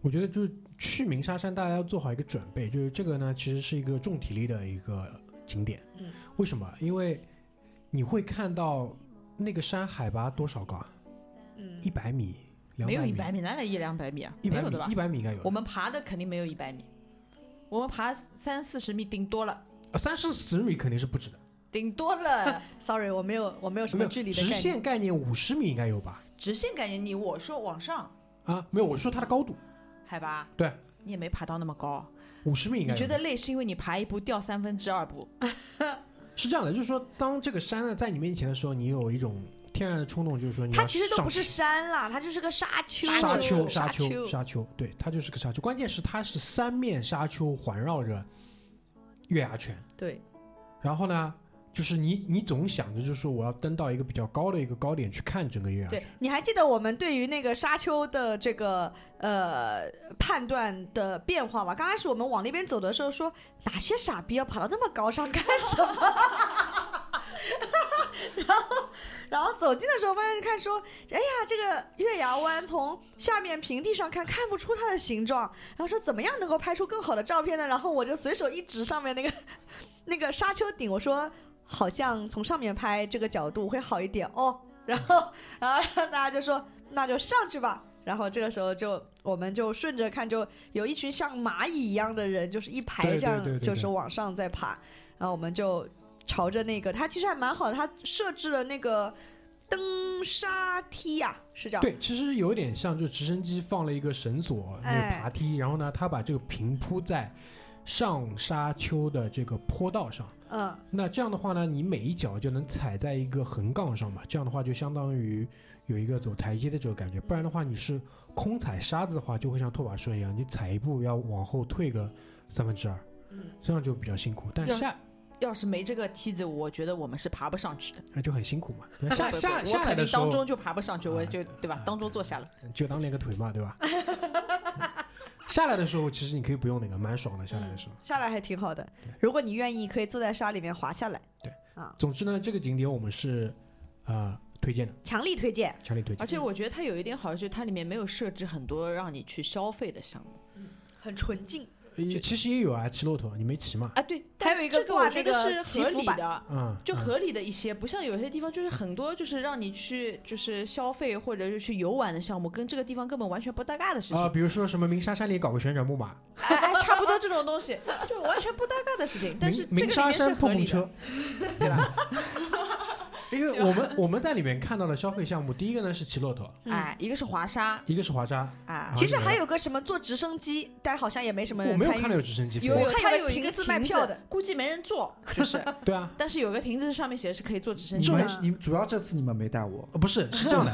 我觉得就是去鸣沙山，大家要做好一个准备，就是这个呢，其实是一个重体力的一个景点。嗯，为什么？因为你会看到那个山海拔多少高啊？嗯一，百米，两没有百一米，百米，哪来一两百米啊？一没百有的米吧，一？百米应该有我。们爬的肯定没有一百米，我们爬三四十米顶多了，啊三四十米肯定是不止的，顶多 了。 sorry，我没有我没有什没么有距离的直概念。线概念五十米应该有吧？直线感觉你我说往上啊，没有，我说它的高度海拔，对你也没爬到那么高。五十米应你该有。觉得累是因为你爬一步掉三分之二步，是这样的？就是说，当这个山呢在你面前的时候，你有一种天然的冲动，就是说你它要其实都上不是去山啦，它就是个沙丘。沙丘，沙丘，沙丘，对，它就是个沙丘。关键是它是三面沙丘环绕着月牙泉，对，然后呢，就是你你总想着就是说我要登到一个比较高的一个高点去看整个月牙泉对。，你还记得我们对于那个沙丘的这个呃判断的变化吗？刚开始我们往那边走的时候说，哪些傻逼要爬到那么高上干什么？ 然后，然后走近的时候发现，看说，哎呀，这个月牙湾从下面平地上看看不出它的形状，然后说怎么样能够拍出更好的照片呢？然后我就随手一指上面那个那个沙丘顶，我说好像从上面拍这个角度会好一点哦。然后，然后大家就说那就上去吧。然后这个时候就我们就顺着看，就有一群像蚂蚁一样的人，就是一排对这样对对，对就是对往上在爬。然后我们就朝着那个，它其实还蛮好的，它设置了那个登沙梯呀、是叫对，其实有点像，就直升机放了一个绳索，那哎个爬梯，然后呢，它把这个平铺在上沙丘的这个坡道上。嗯，那这样的话呢，你每一脚就能踩在一个横杠上嘛，这样的话就相当于有一个走台阶的这个感觉。不然的话，你是空踩沙子的话，就会像拓跋涉一样，你踩一步要往后退个三分之二，嗯这样就比较辛苦。但要下要是没这个梯子，我觉得我们是爬不上去的。哎那就很辛苦 嘛。那下不不下我下来肯的定时当候中就爬不上去，我啊就对吧啊？当中坐下了。就当练个腿嘛，对吧？ 下来的时候其实你可以不用那个，蛮爽的。下来的时候，下来还挺好的。如果你愿意，可以坐在沙里面滑下来，总之呢，这个景点我们是呃推荐的，强力推荐。强烈推荐而。且我觉得它有一点好，就是它里面没有设置很多让你去消费的项目很纯净，呃其实也有啊，骑骆驼，你没骑嘛？啊。对，还有一个这个挂我这觉个得祈是合福理 板的，嗯，就嗯合理的一些，不像有些地方就是很多就是让你去就是消费或者是去游玩的项目，跟这个地方根本完全不搭嘎的事啊、情，比如说什么鸣沙山里搞个旋转木马，哎哎，差不多这种东西就完全不搭嘎的事 情。但是鸣鸣这个里沙面是山碰合碰理的，车， 对吧？因为我们我们在里面看到的消费项目，第一个呢是骑骆驼，嗯哎，一个是滑沙，一个是滑沙，啊啊，其实还有个什么坐直升机，但是好像也没什么我人没有参看与。到有直升机飞有有，我看它有个有一亭个子卖亭票的估计没人坐，就是，对啊，但是有个亭子上面写的是可以坐直升你机这们的。样你主要这次你们没带我，呃不是是这样 的，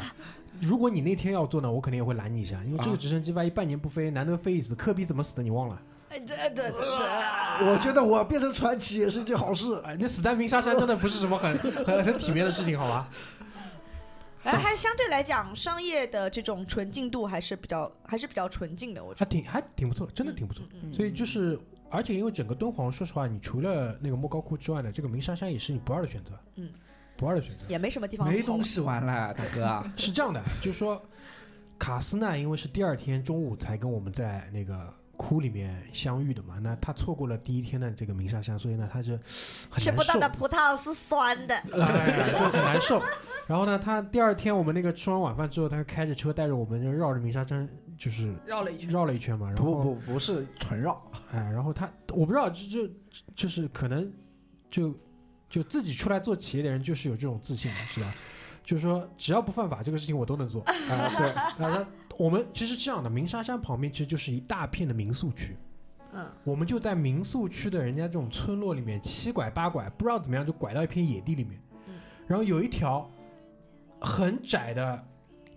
如果你那天要做呢，我肯定也会拦你一下，因为这个啊直升机万一半年不飞，难得飞一次，科比怎么死的你忘了？哎对对对对，我觉得我变成传奇也是一件好事。哎，那死在鸣沙山真的不是什么很很很体面的事情，好吧？然哎后还相对来讲，商业的这种纯净度还是比较还是比较纯净的，我觉还挺还挺不错，真的挺不错。嗯所以就是，而且因为整个敦煌，说实话，你除了那个莫高窟之外呢，这个鸣沙山也是你不二的选择。嗯，不二的选择。得也没什么地方没好玩东西玩了，大哥是这样的，就是说，卡斯呢，因为是第二天中午才跟我们在那个窟里面相遇的嘛。那他错过了第一天的这个鸣沙山，所以呢，他是很吃难不到受的葡萄是酸的。哎，就很难受。然后呢，他第二天我们那个吃完晚饭之后，他开着车带着我们就绕着鸣沙山就是绕了一圈。绕了一圈嘛。然不后不不是纯绕，哎，然后他我不知道，就就就是可能就就自己出来做企业的人就是有这种自信，是吧？就是说只要不犯法，这个事情我都能 做。啊，对，然后我们其实这样的，鸣沙山旁边其实就是一大片的民宿区。嗯，我们就在民宿区的人家这种村落里面七拐八拐，不知道怎么样就拐到一片野地里面，嗯然后有一条很窄的，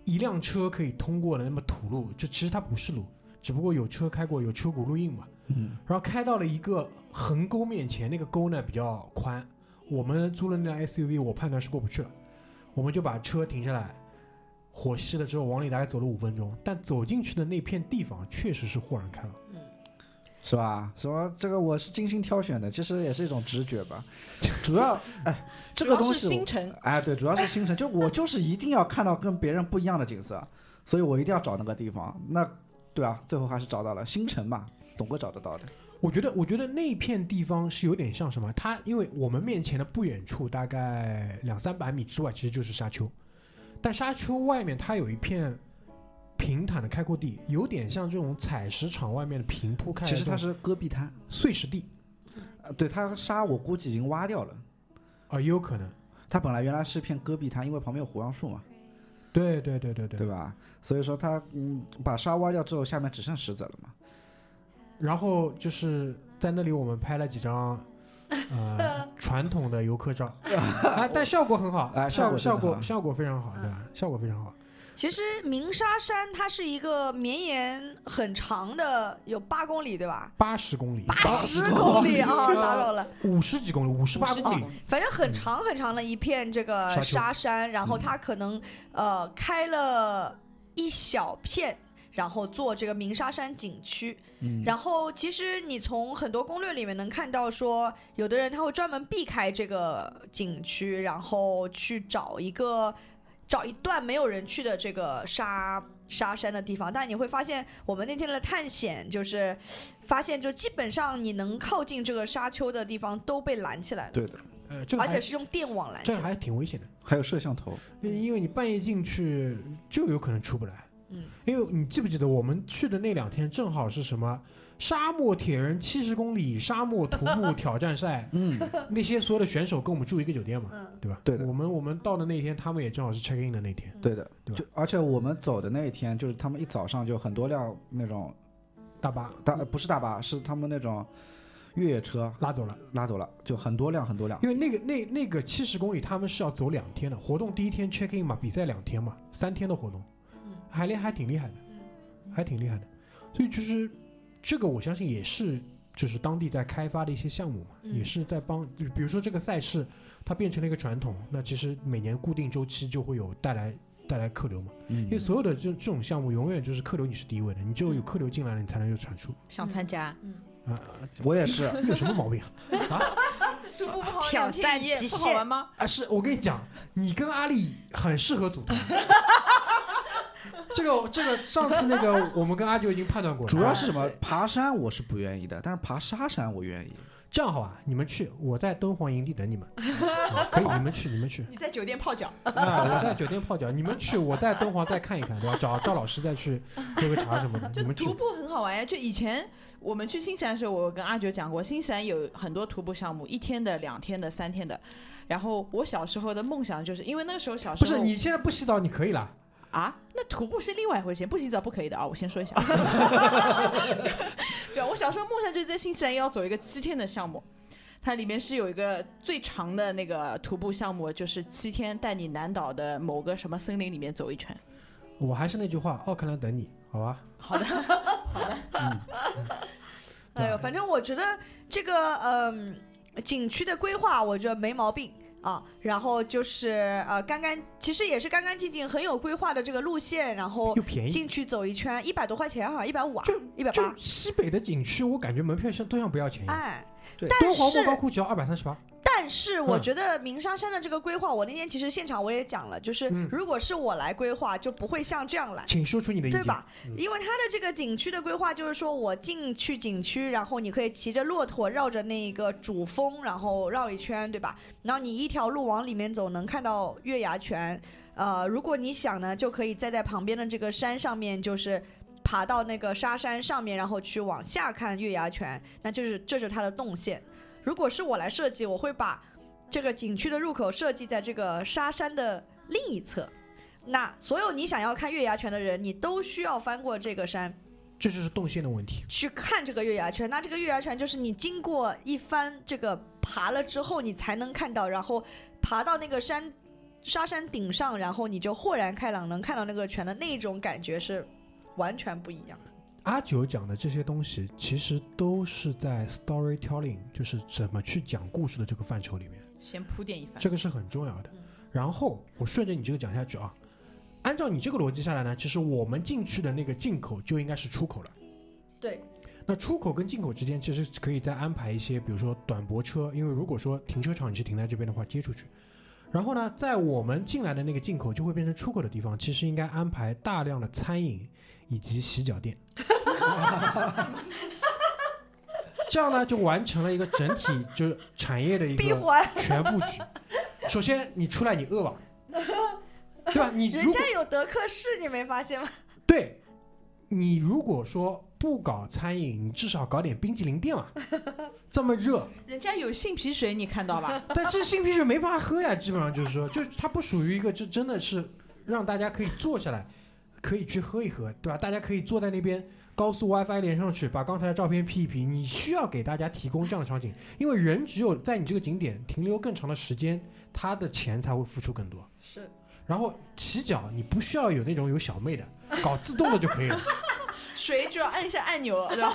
一辆车可以通过的那么土路，就其实它不是路，只不过有车开过，有车轱辘印嘛。嗯，然后开到了一个横沟面前，那个沟呢比较宽，我们租了那辆 SUV，我判断是过不去了，我们就把车停下来，火熄了之后往里大概走了五分钟，但走进去的那片地方确实是豁然开朗，是吧？什么这个我是精心挑选的，其实也是一种直觉吧。主要哎，这个主要东是西星我辰，哎，对，主要是星辰，就我就是一定要看到跟别人不一样的景色，所以我一定要找那个地方。那对啊，最后还是找到了星辰嘛，总会找得到的。我觉得，我觉得那片地方是有点像什么？它因为我们面前的不远处大概两三百米之外，其实就是沙丘，但沙丘外面它有一片平坦的开阔地，有点像这种采石场外面的平铺开来其的实这它种是戈壁滩，碎石地呃对，它沙我估计已经挖掉了。啊、也有可能。它本来原来是片戈壁滩，因为旁边有胡杨树嘛，对对对对对。对吧？所以说它嗯，把沙挖掉之后，下面只剩石子了 嘛。然后就是在那里，我们拍了几张。呃，传统的游客 照，啊，但效果很好，哎效效效果真的果好效果非常好，对吧？效果非常好。其实鸣沙山它是一个绵延很长的，有八公里对吧？八十公里，八十公里啊，啊打扰了，五十几公里，五十八58公里，反正很长很长的一片这个嗯沙丘嗯沙山，然后它可能呃开了一小片。然后做这个鸣沙山景区，嗯，然后其实你从很多攻略里面能看到说，有的人他会专门避开这个景区，然后去找一个找一段没有人去的这个沙沙山的地方。但你会发现，我们那天的探险就是发现，就基本上你能靠近这个沙丘的地方都被拦起来了，对的，呃，这个而还且是用电网拦起这个来。还挺危险的，还有摄像头，因为你半夜进去就有可能出不来。嗯，因为你记不记得我们去的那两天正好是什么？沙漠铁人七十公里沙漠徒步挑战赛，嗯，那些所有的选手跟我们住一个酒店嘛，嗯，对吧？对的我们我们到的那天，他们也正好是 check in 的那天。对的，对吧就而且我们走的那一天，就是他们一早上就很多辆那种大巴大不是大巴，是他们那种越野车拉走了，拉走了，就很多辆很多辆。因为那个那那个七十公里他们是要走两天的，活动第一天 check in 嘛，比赛两天嘛，三天的活动，嗯还厉还挺厉害的，还挺厉害的。所以就是这个，我相信也是就是当地在开发的一些项目嘛，嗯也是在帮，就比如说这个赛事它变成了一个传统，那其实每年固定周期就会有带来带来客流嘛，因为嗯，所有的这这种项目永远就是客流你是第一位的，你只嗯有有客流进来了，你才能有产出想参加，啊，我也是，有什么毛病啊？徒步不好挑战极嗯 不好限玩吗？ 啊，是我跟你讲，你跟阿丽很适合组团。这个这个上次那个我们跟阿九已经判断过了，啊主要是什么？爬山我是不愿意的，但是爬沙山我愿意。这样好吧？你们去，我在敦煌营地等你们，啊可以，你们去，你们去，你在酒店泡脚，啊，我在酒店泡脚，你们去，我在敦煌再看一看，对吧？找赵老师再去喝个茶什么的，就你们去徒。步很好玩呀。就以前我们去新西兰的时候，我跟阿九讲过，新西兰有很多徒步项目，一天的、两天的、三天的。然后我小时候的梦想就是因为那个时候小时不候是你现在不洗澡，你可以啦。啊，那徒步是另外一回事，不洗澡不可以的啊！我先 说一下，对啊，我小时候梦想就是在新西兰要走一个七天的项目，它里面是有一个最长的那个徒步项目，就是七天带你南岛的某个什么森林里面走一圈。我还是那句话，奥克兰等你，好吧？好的，哎呦，反正我觉得这个嗯、景区的规划，我觉得没毛病啊。然后就是呃，干干其实也是干干净净，很有规划的这个路线，然后又便宜，进去走一圈，一百多块钱好像一百五啊就，一百八就。西北的景区，我感觉门票像都像不要钱一样。哎，对但敦煌莫高是窟只要二百三十八，但但是我嗯觉得鸣沙山的这个规划，我那天其实现场我也讲了，就是嗯如果是我来规划，就不会像这样来。请说出你的意见，对吧？嗯因为它的这个景区的规划就是说，我进去景区，然后你可以骑着骆驼绕着那个主峰，然后绕一圈，对吧？然后你一条路往里面走，能看到月牙泉。呃，如果你想呢，就可以再在旁边的这个山上面，就是爬到那个沙山上面，然后去往下看月牙泉。那就是这就是它的动线。如果是我来设计，我会把这个景区的入口设计在这个沙山的另一侧。那所有你想要看月牙泉的人，你都需要翻过这个山这就是动线的问题。去看这个月牙泉。那这个月牙泉就是你经过一番这个爬了之后，你才能看到，然后爬到那个山沙山顶上，然后你就豁然开朗，能看到那个泉的那种感觉是完全不一样的。阿九讲的这些东西，其实都是在 storytelling，就是怎么去讲故事的这个范畴里面，先铺垫一番。这个是很重要的嗯。然后我顺着你这个讲下去啊，按照你这个逻辑下来呢，其实我们进去的那个进口就应该是出口了。对，那出口跟进口之间，其实可以再安排一些，比如说短驳车，因为如果说停车场你是停在这边的话，接出去。然后呢，在我们进来的那个进口就会变成出口的地方，其实应该安排大量的餐饮以及洗脚 店，这样呢就完成了一个整体就是产业的 一闭个环，全布局。首先你出来你饿 吧，对吧？你人如果家有德克士，你没发现吗？对，你如果说不搞餐饮，你至少搞点冰淇淋店嘛。这么热，人家有杏皮水，你看到吧？但是杏皮水没法喝呀，基本上就是说，就是它不属于一个，这真的是让大家可以坐下来，可以去喝一喝，对吧？大家可以坐在那边。高速 WiFi 连上去，把刚才的照片 P 一 P。你需要给大家提供这样的场景，因为人只有在你这个景点停留更长的时间，他的钱才会付出更多。是，然后洗脚，你不需要有那种有小妹的，搞自动的就可以了。水只要按一下按 钮，对吧？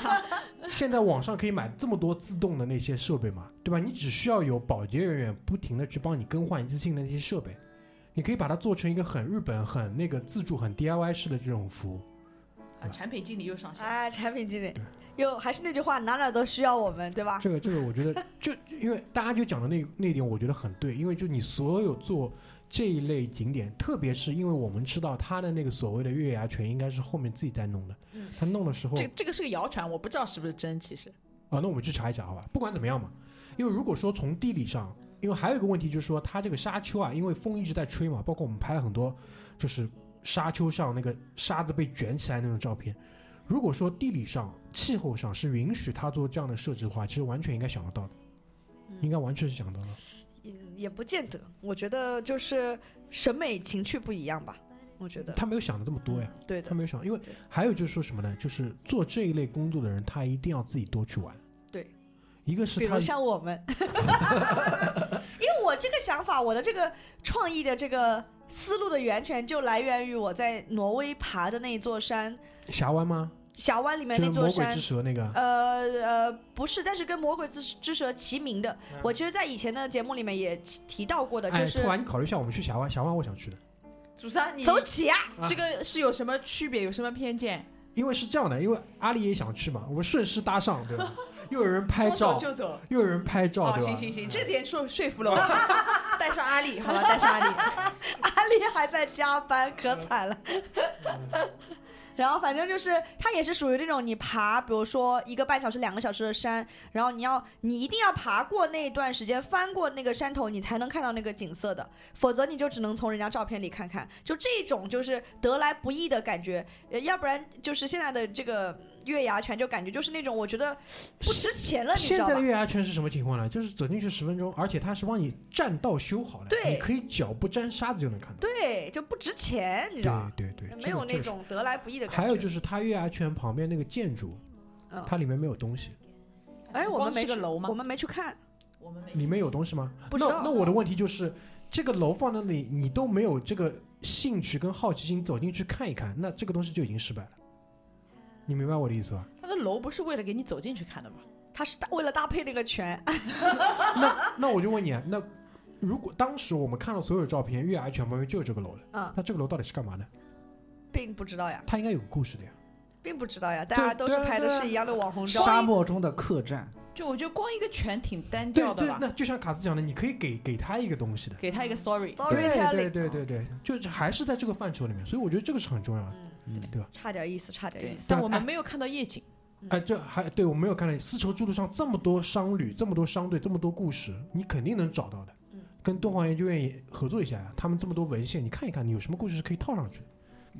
现在网上可以买这么多自动的那些设备嘛，对吧？你只需要有保洁人员不停的去帮你更换一次性的那些设备，你可以把它做成一个很日本、很那个自助、很 DIY 式的这种服务。啊产品经理又上线，哎，产品经理对，又还是那句话，哪哪都需要我们，对吧？这个这个，我觉 得就因为大家就讲的那那一点，我觉得很对，因为就你所有做这一类景点，特别是因为我们知道它的那个所谓的月牙泉应该是后面自己在弄的嗯，他弄的时候这这个是个谣传，我不知道是不是真，其实。啊，那我们去查一查好吧？不管怎么样嘛，因为如果说从地理上，因为还有一个问题就是说，它这个沙丘啊，因为风一直在吹嘛，包括我们拍了很多就是沙丘上那个沙子被卷起来那种照片。如果说地理上、气候上是允许它做这样的设置的话，其实完全应该想得到的，嗯应该完全是想得到的。也也不见得，我觉得就是审美情趣不一样吧。我觉得他没有想的这么多呀，对他的，没有想，因为还有就是说什么呢？就是做这一类工作的人，他一定要自己多去玩。对，一个是比他如像我 们，因为我这个想法，我的这个创意的这个思路的源泉就来源于我在挪威爬的那一座山，峡湾吗？峡湾里面就那是魔座鬼山之。蛇那个。呃呃，不是，但是跟《魔鬼之之蛇》齐名的，嗯我其实，在以前的节目里面也提提到过的，就哎，是突然你考虑一下，我们去峡湾，峡湾我想去的，祖桑，你走起呀、这个是有什么区别？有什么偏见？因为是这样的，因为阿丽也想去嘛，我们顺势搭上，对吧？又有人拍说照走，就走。又有人拍照，哦，对吧？哎行行行，这点说说 服了我。带上阿丽，好吧，带上阿丽。阿丽还在加班，可惨了。 然后反正就是，它也是属于那种你爬，比如说一个半小时、两个小时的山，然后你要你一定要爬过那一段时间，翻过那个山头，你才能看到那个景色的，否则你就只能从人家照片里看看。就这种就是得来不易的感觉，呃要不然就是现在的这个月牙泉，就感觉就是那种我觉得不值钱了，你现知道在吧的？月牙泉是什么情况呢？就是走进去十分钟，而且它是帮你栈道修好的，对你可以脚不沾沙子就能看到。对，就不值钱，你知道吧？对对对，没这有个那确实。种得来不易的感觉。还有就是它月牙泉旁边那个建筑，嗯它里面没有东西，哎，我们光没是个去楼吗我？们没去看。我们没里面有东西吗？不知道那那我的问题就是，这个楼放在那里，你都没有这个兴趣跟好奇心走进去看一看，那这个东西就已经失败了。你明白我的意思吧？他的楼不是为了给你走进去看的吗？他是为了搭配那个拳，那那我就问你啊，那如果当时我们看到所有照片，月牙泉旁边就有这个楼了，嗯，那这个楼到底是干嘛呢？并不知道呀，它应该有个故事的呀。并不知道呀，大家都是对啊拍的对啊是一样的网红照，沙漠中的客栈，就我觉得光一个拳挺单对调的对，吧，那就像卡斯讲的，你可以给给他一个东西的。给他一个 sorry。哦对对 storytelling，对对对，就是还是在这个范畴里面，所以我觉得这个是很重要的。嗯，差点意思，差点意对思，，但我们没有看到夜景。哎，这还对我没有看到丝绸之路上这么多商旅、这么多商队、这么多故事，你肯定能找到的嗯。跟敦煌研究院也合作一下呀，他们这么多文献，你看一看，你有什么故事是可以套上去的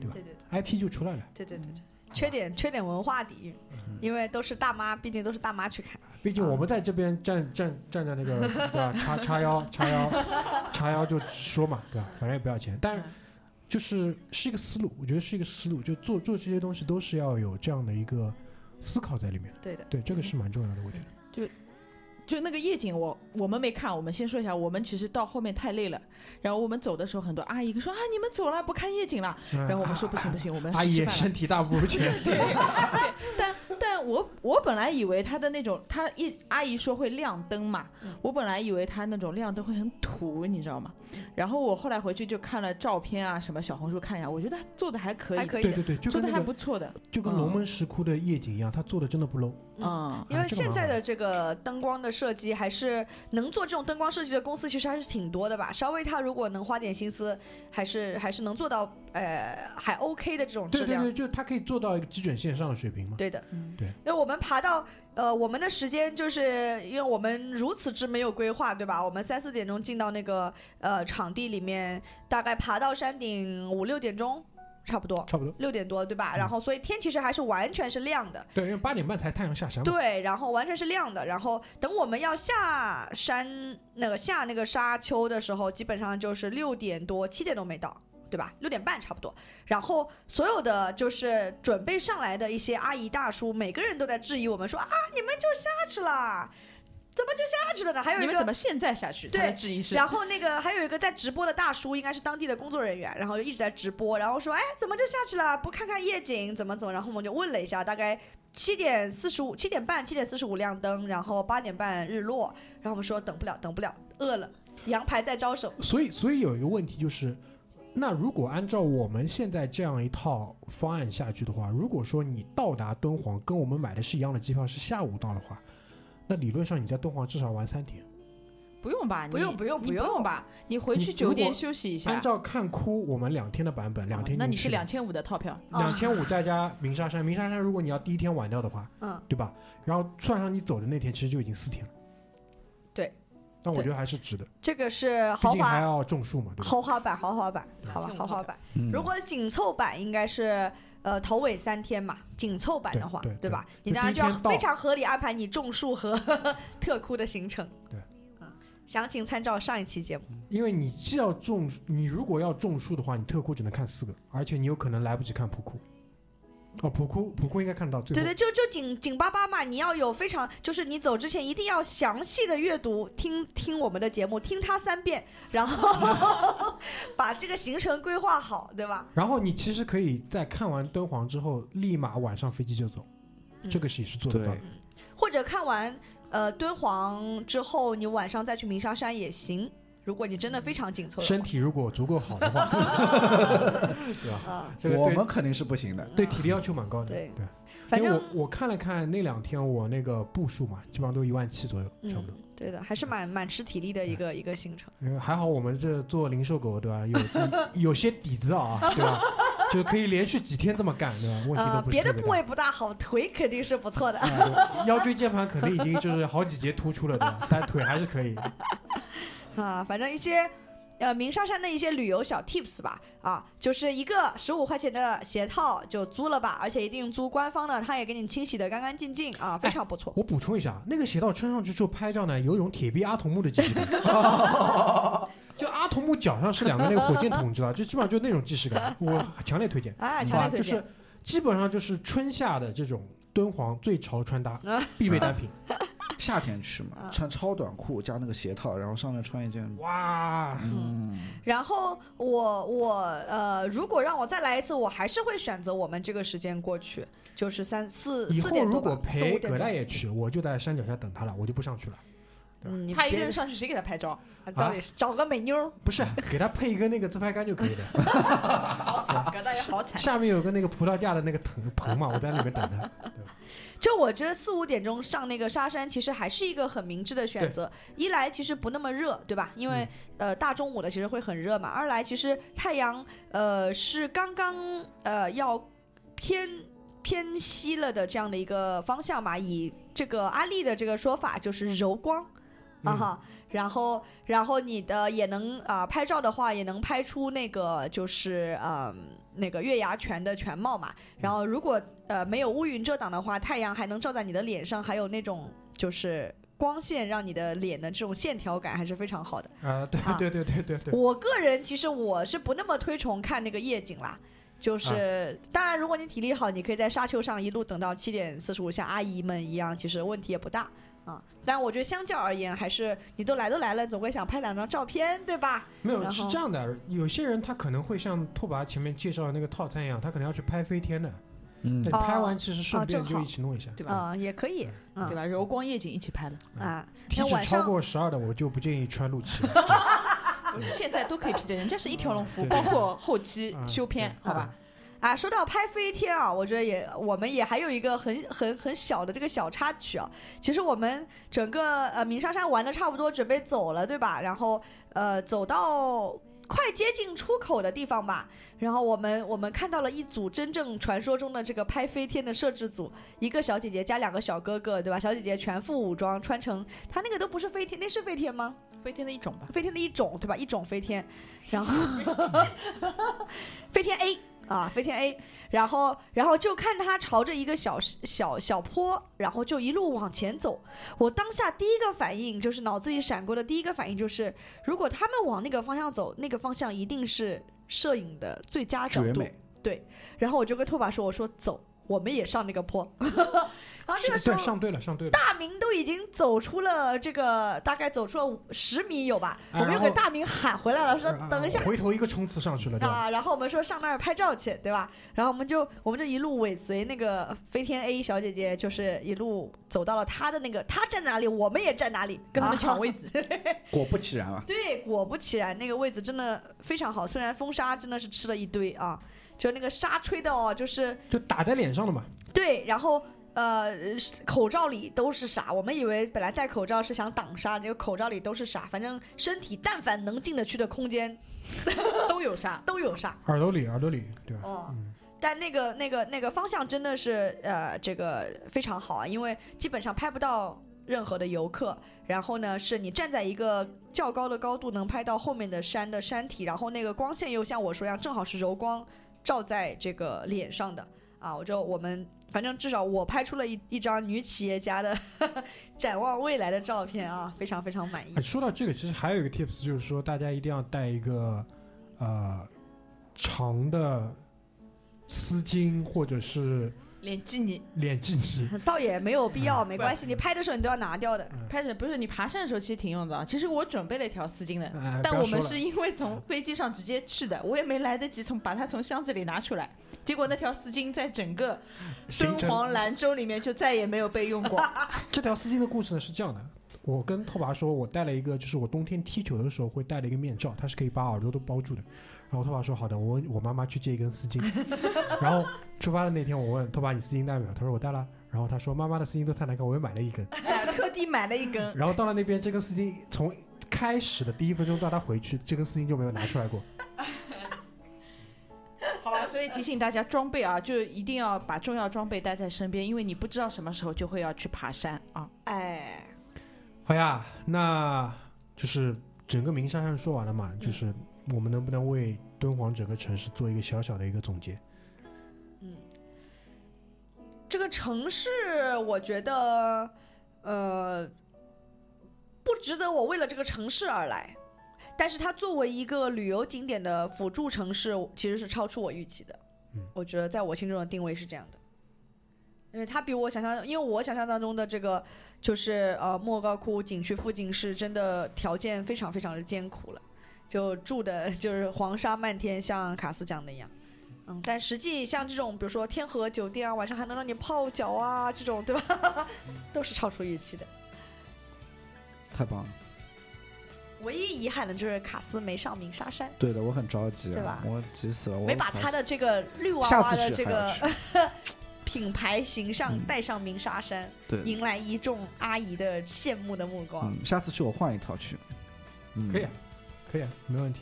对对对，IP 就出来了。对对对对，缺点缺点文化底蕴，嗯因为都是大妈，毕竟都是大妈去看，毕竟我啊们在这边站站站在那个对吧，叉叉腰叉腰叉腰就说嘛，对吧？反正也不要钱，但是嗯就是是一个思路，我觉得是一个思路，就做做这些东西都是要有这样的一个思考在里面的。对的，对，嗯这个是蛮重要的，我觉得。就那个夜景我，我们没看。我们先说一下，我们其实到后面太累了，然后我们走的时候，很多阿姨说啊，你们走了，不看夜景了。嗯然后我们说不行不行，我们要阿去姨吃饭了。身体大不如 前，但但我我本来以为他的那种，他一阿姨说会亮灯嘛，嗯我本来以为他那种亮灯会很土，你知道吗？嗯然后我后来回去就看了照片啊，什么小红书看一下，我觉得他做的还可以，还可以对啊的，对对，就跟做的那还个不错的，就跟嗯龙门石窟的夜景一样，他做的真的不 low。嗯。因为现在的这个灯光的设计，还是能做这种灯光设计的公司，其实还是挺多的吧。稍微他如果能花点心思，还是还是能做到呃还 OK 的这种质对对量。对，就他可以做到一个基准线上的水平嘛。对的，嗯对因为我们爬到呃，我们的时间就是因为我们如此之没有规划，对吧？我们三四点钟进到那个呃场地里面，大概爬到山顶五六点钟，差不多差不多，六点多，对吧？嗯然后所以天其实还是完全是亮的，对，因为八点半才太阳下山嘛。对，然后完全是亮的。然后等我们要下山那个下那个沙丘的时候，基本上就是六点多、七点都没到，对吧？六点半差不多。然后所有的就是准备上来的一些阿姨大叔，每个人都在质疑我们说啊，你们就下去了，怎么就下去了呢？还有你一们怎个。么现在下去？对他的质疑是，然后那个还有一个在直播的大叔，应该是当地的工作人员，然后就一直在直播，然后说，哎，怎么就下去了？不看看夜景，怎么怎么？然后我们就问了一下，大概七点四十五、七点半、七点四十五亮灯，然后八点半日落，然后我们说等不了，等不了，饿了，羊排在招手。所以，所以有一个问题就是，那如果按照我们现在这样一套方案下去的话，如果说你到达敦煌跟我们买的是一样的机票，是下午到的话，那理论上你在敦煌至少玩三天。不用吧？你不用不用你不用吧？你回你去如酒店果休息一下。按照看哭我们两天的版本，两天啊哦那进你去是的两千五的套票，两千五再加鸣沙山，鸣沙山如果你要第一天晚掉的话，啊嗯，对吧？然后算上你走的那天，其实就已经四天了。对，但我对觉得还是值的，这个是毕豪竟还华要种树嘛，对吧？豪华版，豪华版，好吧这，个豪我华懂版。嗯如果紧凑版应该是。呃，头尾三天嘛，紧凑版的话，对对吧？对你当然就要就第一天到非常合理安排你种树和 特窟的行程。对，嗯，详情参照上一期节目。因为你既要种，你如果要种树的话，你特库只能看四个，而且你有可能来不及看普库。哦，普库普库应该看到最后。对对，就就紧紧巴巴嘛，你要有非常，就是你走之前一定要详细的阅读，听听我们的节目，听它三遍，然后把这个行程规划好，对吧？然后你其实可以在看完敦煌之后，立马晚上飞机就走，嗯这个是也是做得对到的。或者看完呃敦煌之后，你晚上再去鸣沙山也行。如果你真的非常紧凑的话，身体如果足够好的 话，啊、这个我对们肯定是不行的。对体力要求蛮高的。对对，反因为正我我看了看那两天我那个步数嘛，基本上都一万七左右，差不多。嗯，对的，还是蛮蛮吃体力的一个一个行程。因为还好我们这做零售狗对吧，有 有些底子啊，对吧？就可以连续几天这么干，对吧？问题呃都，不是别的特别部大位不大好，腿肯定是不错 的。啊腰椎间盘可能已经就是好几节突出了 的，但腿还是可以。啊，反正一些呃鸣沙山的一些旅游小 tips 吧，啊，就是一个十五块钱的鞋套就租了吧，而且一定租官方的，他也给你清洗的干干净净啊，哎非常不错。我补充一下，那个鞋套穿上去之后拍照呢，有一种铁臂阿童木的即视 感。就阿童木脚上是两个那个火箭筒，你知道，就基本上就那种即视感，我强烈推荐。哎，强啊，烈推就荐。是基本上就是春夏的这种敦煌最潮穿搭啊必备单品。夏天去嘛啊，穿超短裤加那个鞋套，然后上面穿一件，哇，嗯，然后我我呃，如果让我再来一次，我还是会选择我们这个时间过去，就是三四以四后点多如吧果，四五陪葛点大钟。爷去，我就在山脚下等他了，我就不上去了。嗯，你他一个别人上去谁给他 拍照？ 啊到底是找个美妞儿， 不是，给他配一个那个自拍杆就可以了。也好惨。下面有个那个葡萄架的那个藤棚嘛，我在里面 等他。嗯就我觉得四五点钟上那个沙山，其实还是一个很明智的选择。一来其实不那么热，对吧？因为、呃大中午的其实会很热嘛。二来其实太阳呃是刚刚呃要偏偏西了的这样的一个方向嘛。以这个阿丽的这个说法就是柔光。嗯啊哈，然后，然后你的也能啊、拍照的话也能拍出那个就是嗯、那个月牙泉的全貌嘛。然后如果呃没有乌云遮挡的话，太阳还能照在你的脸上，还有那种就是光线让你的脸的这种线条感还是非常好的。啊，对啊对对对对对，我个人其实我是不那么推崇看那个夜景啦。就是，啊当然，如果你体力好，你可以在沙丘上一路等到七点四十五，像阿姨们一样，其实问题也不大啊。但我觉得相较而言，还是你都来都来了，总归想拍两张照片，对吧？没有然是后这样的，有些人他可能会像拓跋前面介绍的那个套餐一样，他可能要去拍飞天的，嗯那你哦拍完其实顺哦便正就好一起弄一下。对吧？啊、也可以对吧？柔光夜景一起拍的，嗯啊。体那脂晚超上过十二的，我就不建议穿露脐了。 啊不是现在都可以 P 的，人家是一条龙服务，对包括后期啊修片，对好吧？啊，说到拍飞天啊，我觉得也我们也还有一个很很很小的这个小插曲啊。其实我们整个呃鸣沙山玩的差不多，准备走了，对吧？然后呃走到快接近出口的地方吧，然后我们我们看到了一组真正传说中的这个拍飞天的摄制组，一个小姐姐加两个小哥哥，对吧？小姐姐全副武装，穿成她那个都不是飞天，那是飞天吗？飞天的一种 吧。飞天的一种，对吧？一种飞天，然 后飞天 A 啊，飞天 A，然后然后就看他朝着一个小小小坡，然后就一路往前走。我当下第一个反应就是脑子里闪过的第一个反应就是，如果他们往那个方向走，那个方向一定是摄影的最佳角绝度。美。然后我就跟拓跋说：“我说走，我们也上那个坡。” 然啊后这个是时对，候。上对了，上对了。大明都已经走出了这个，大概走出了十米有吧。哎我们又然后给大明喊回来了，说啊等一下回头一个冲刺上去了，对吧？啊，然后我们说上那儿拍照去，对吧？然后我们就我们就一路尾随那个飞天 A 小姐姐，就是一路走到了她的那个，她站哪里，我们也站哪里，跟他们啊抢位子，果不其然啊，对，果不其然，那个位置真的非常好，虽然风沙真的是吃了一堆啊，就那个沙吹的哦，就是就打在脸上了嘛。对，然后。呃，口罩里都是沙，我们以为本来戴口罩是想挡沙，结果口罩里都是沙。反正身体但凡能进得去的空间都有杀。都有沙。耳朵里，耳朵里，对吧？哦嗯，但那个那个那个方向真的是呃，这个非常好啊，因为基本上拍不到任何的游客。然后呢，是你站在一个较高的高度，能拍到后面的山的山体，然后那个光线又像我说一样，正好是柔光照在这个脸上的啊。我就我们反正至少我拍出了一一张女企业家的 展望未来的照片啊，非常非常满意哎。说到这个，其实还有一个 tips，就是说大家一定要带一个呃长的丝巾或者是脸基尼脸巾 纸。倒也没有必要，没关系，你拍的时候你都要拿掉的。拍着不是你爬山的时候，其实挺用的啊。其实我准备了一条丝巾的，哎但不要我说们了是因为从飞机上直接去的，我也没来得及从把它从箱子里拿出来。结果那条丝巾在整个行敦程煌兰州里面就再也没有被用 过。这条丝巾的故事呢是这样的，我跟拓跋说，我戴了一个，就是我冬天踢球的时候会戴的一个面罩，它是可以把耳朵都包住的。然后拓跋说好的，我问我妈妈去借一根丝巾。 然后出发的那天，我问拓跋你丝巾带没有？他说我带了。然后他说妈妈的丝巾都太难看，我又买了一根。哎特地买了一根，然后到了那边，这根丝巾从开始的第一分钟到他回去，这根丝巾就没有拿出来过。 好吧，所以提醒大家装备啊，就一定要把重要装备带在身边，因为你不知道什么时候就会要去爬山啊。哎，好呀，那就是整个鸣沙山说完了嘛，就是我们能不能为敦煌整个城市做一个小小的一个总结？这个城市，我觉得，呃，不值得我为了这个城市而来。但是它作为一个旅游景点的辅助城市，其实是超出我预期的。嗯我觉得在我心中的定位是这样的，因为它比我想象，因为我想象当中的这个就是呃莫高窟景区附近是真的条件非常非常的艰苦了，就住的就是黄沙漫天，像卡斯讲的一样。嗯，但实际像这种，比如说天河酒店啊，晚上还能让你泡脚啊，这种对 吧？都是超出预期的。太棒了！唯一遗憾的就是卡斯没上鸣沙山，对的，我很着急啊，对吧我急死了，哦我没把他的这个绿娃下娃次的去这还要个去 品牌形象嗯带上鸣沙山，对迎来一众阿姨的羡慕的目光。嗯，下次去我换一套去，嗯，可以啊，可以啊，没问题。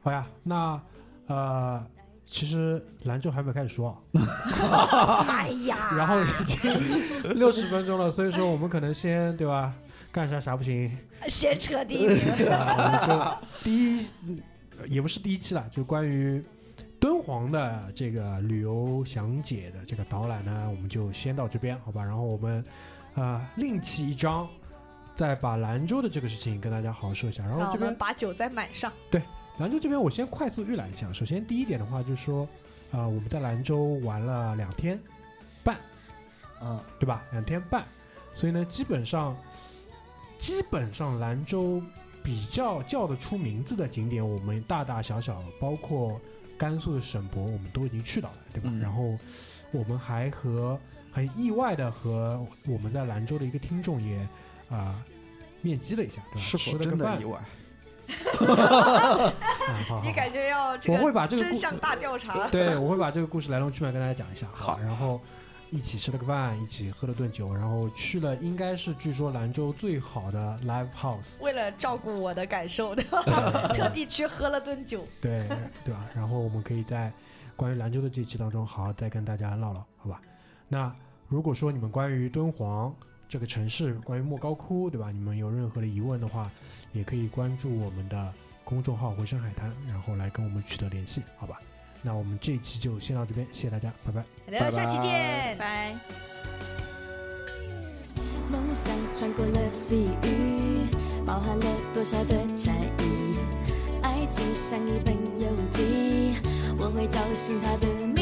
好呀，那呃，其实兰州还没开始说啊， 哎 呀，然后已经 六十分钟了，所以说我们可能先对吧，干啥啥不行，啊先扯第一 名，第一呃也不是第一期了，就关于敦煌的这个旅游详解的这个导览呢，我们就先到这边，好吧？然后我们呃另起一章，再把兰州的这个事情跟大家好好说一下。然让后我这们边把酒再满上。兰州这边我先快速预览一下，首先第一点的话就是说，啊，我们在兰州玩了两天，嗯，对吧？两天半，所以呢，基本上基本上兰州比较叫得出名字的景点，我们大大小小，包括甘肃的省博，我们都已经去到了，对吧？嗯然后我们还和很意外的和我们在兰州的一个听众也啊、面基了一下，对吧？是吃否了真个的饭意，外？啊好好好你感觉要这我个会把这个真故相大调 查？对，我会把这个故事来龙去脉跟大家讲一下。好吧然后一起吃了个饭，一起喝了顿酒，然后去了应该是据说兰州最好的 live house，为了照顾我的感受的，特地去喝了顿酒。对对吧？然后我们可以在关于兰州的这期当中好好再跟大家唠唠，好吧？那如果说你们关于敦煌这个城市，关于莫高窟，对吧？你们有任何的疑问的话，也可以关注我们的公众号“回声海滩”，然后来跟我们取得联系，好吧？那我们这一期就先到这边，谢谢大家，拜拜。好的，下期拜拜见。拜。梦想穿过了细雨，包含了多少的禅意？爱情像一本游记，我会找寻它的谜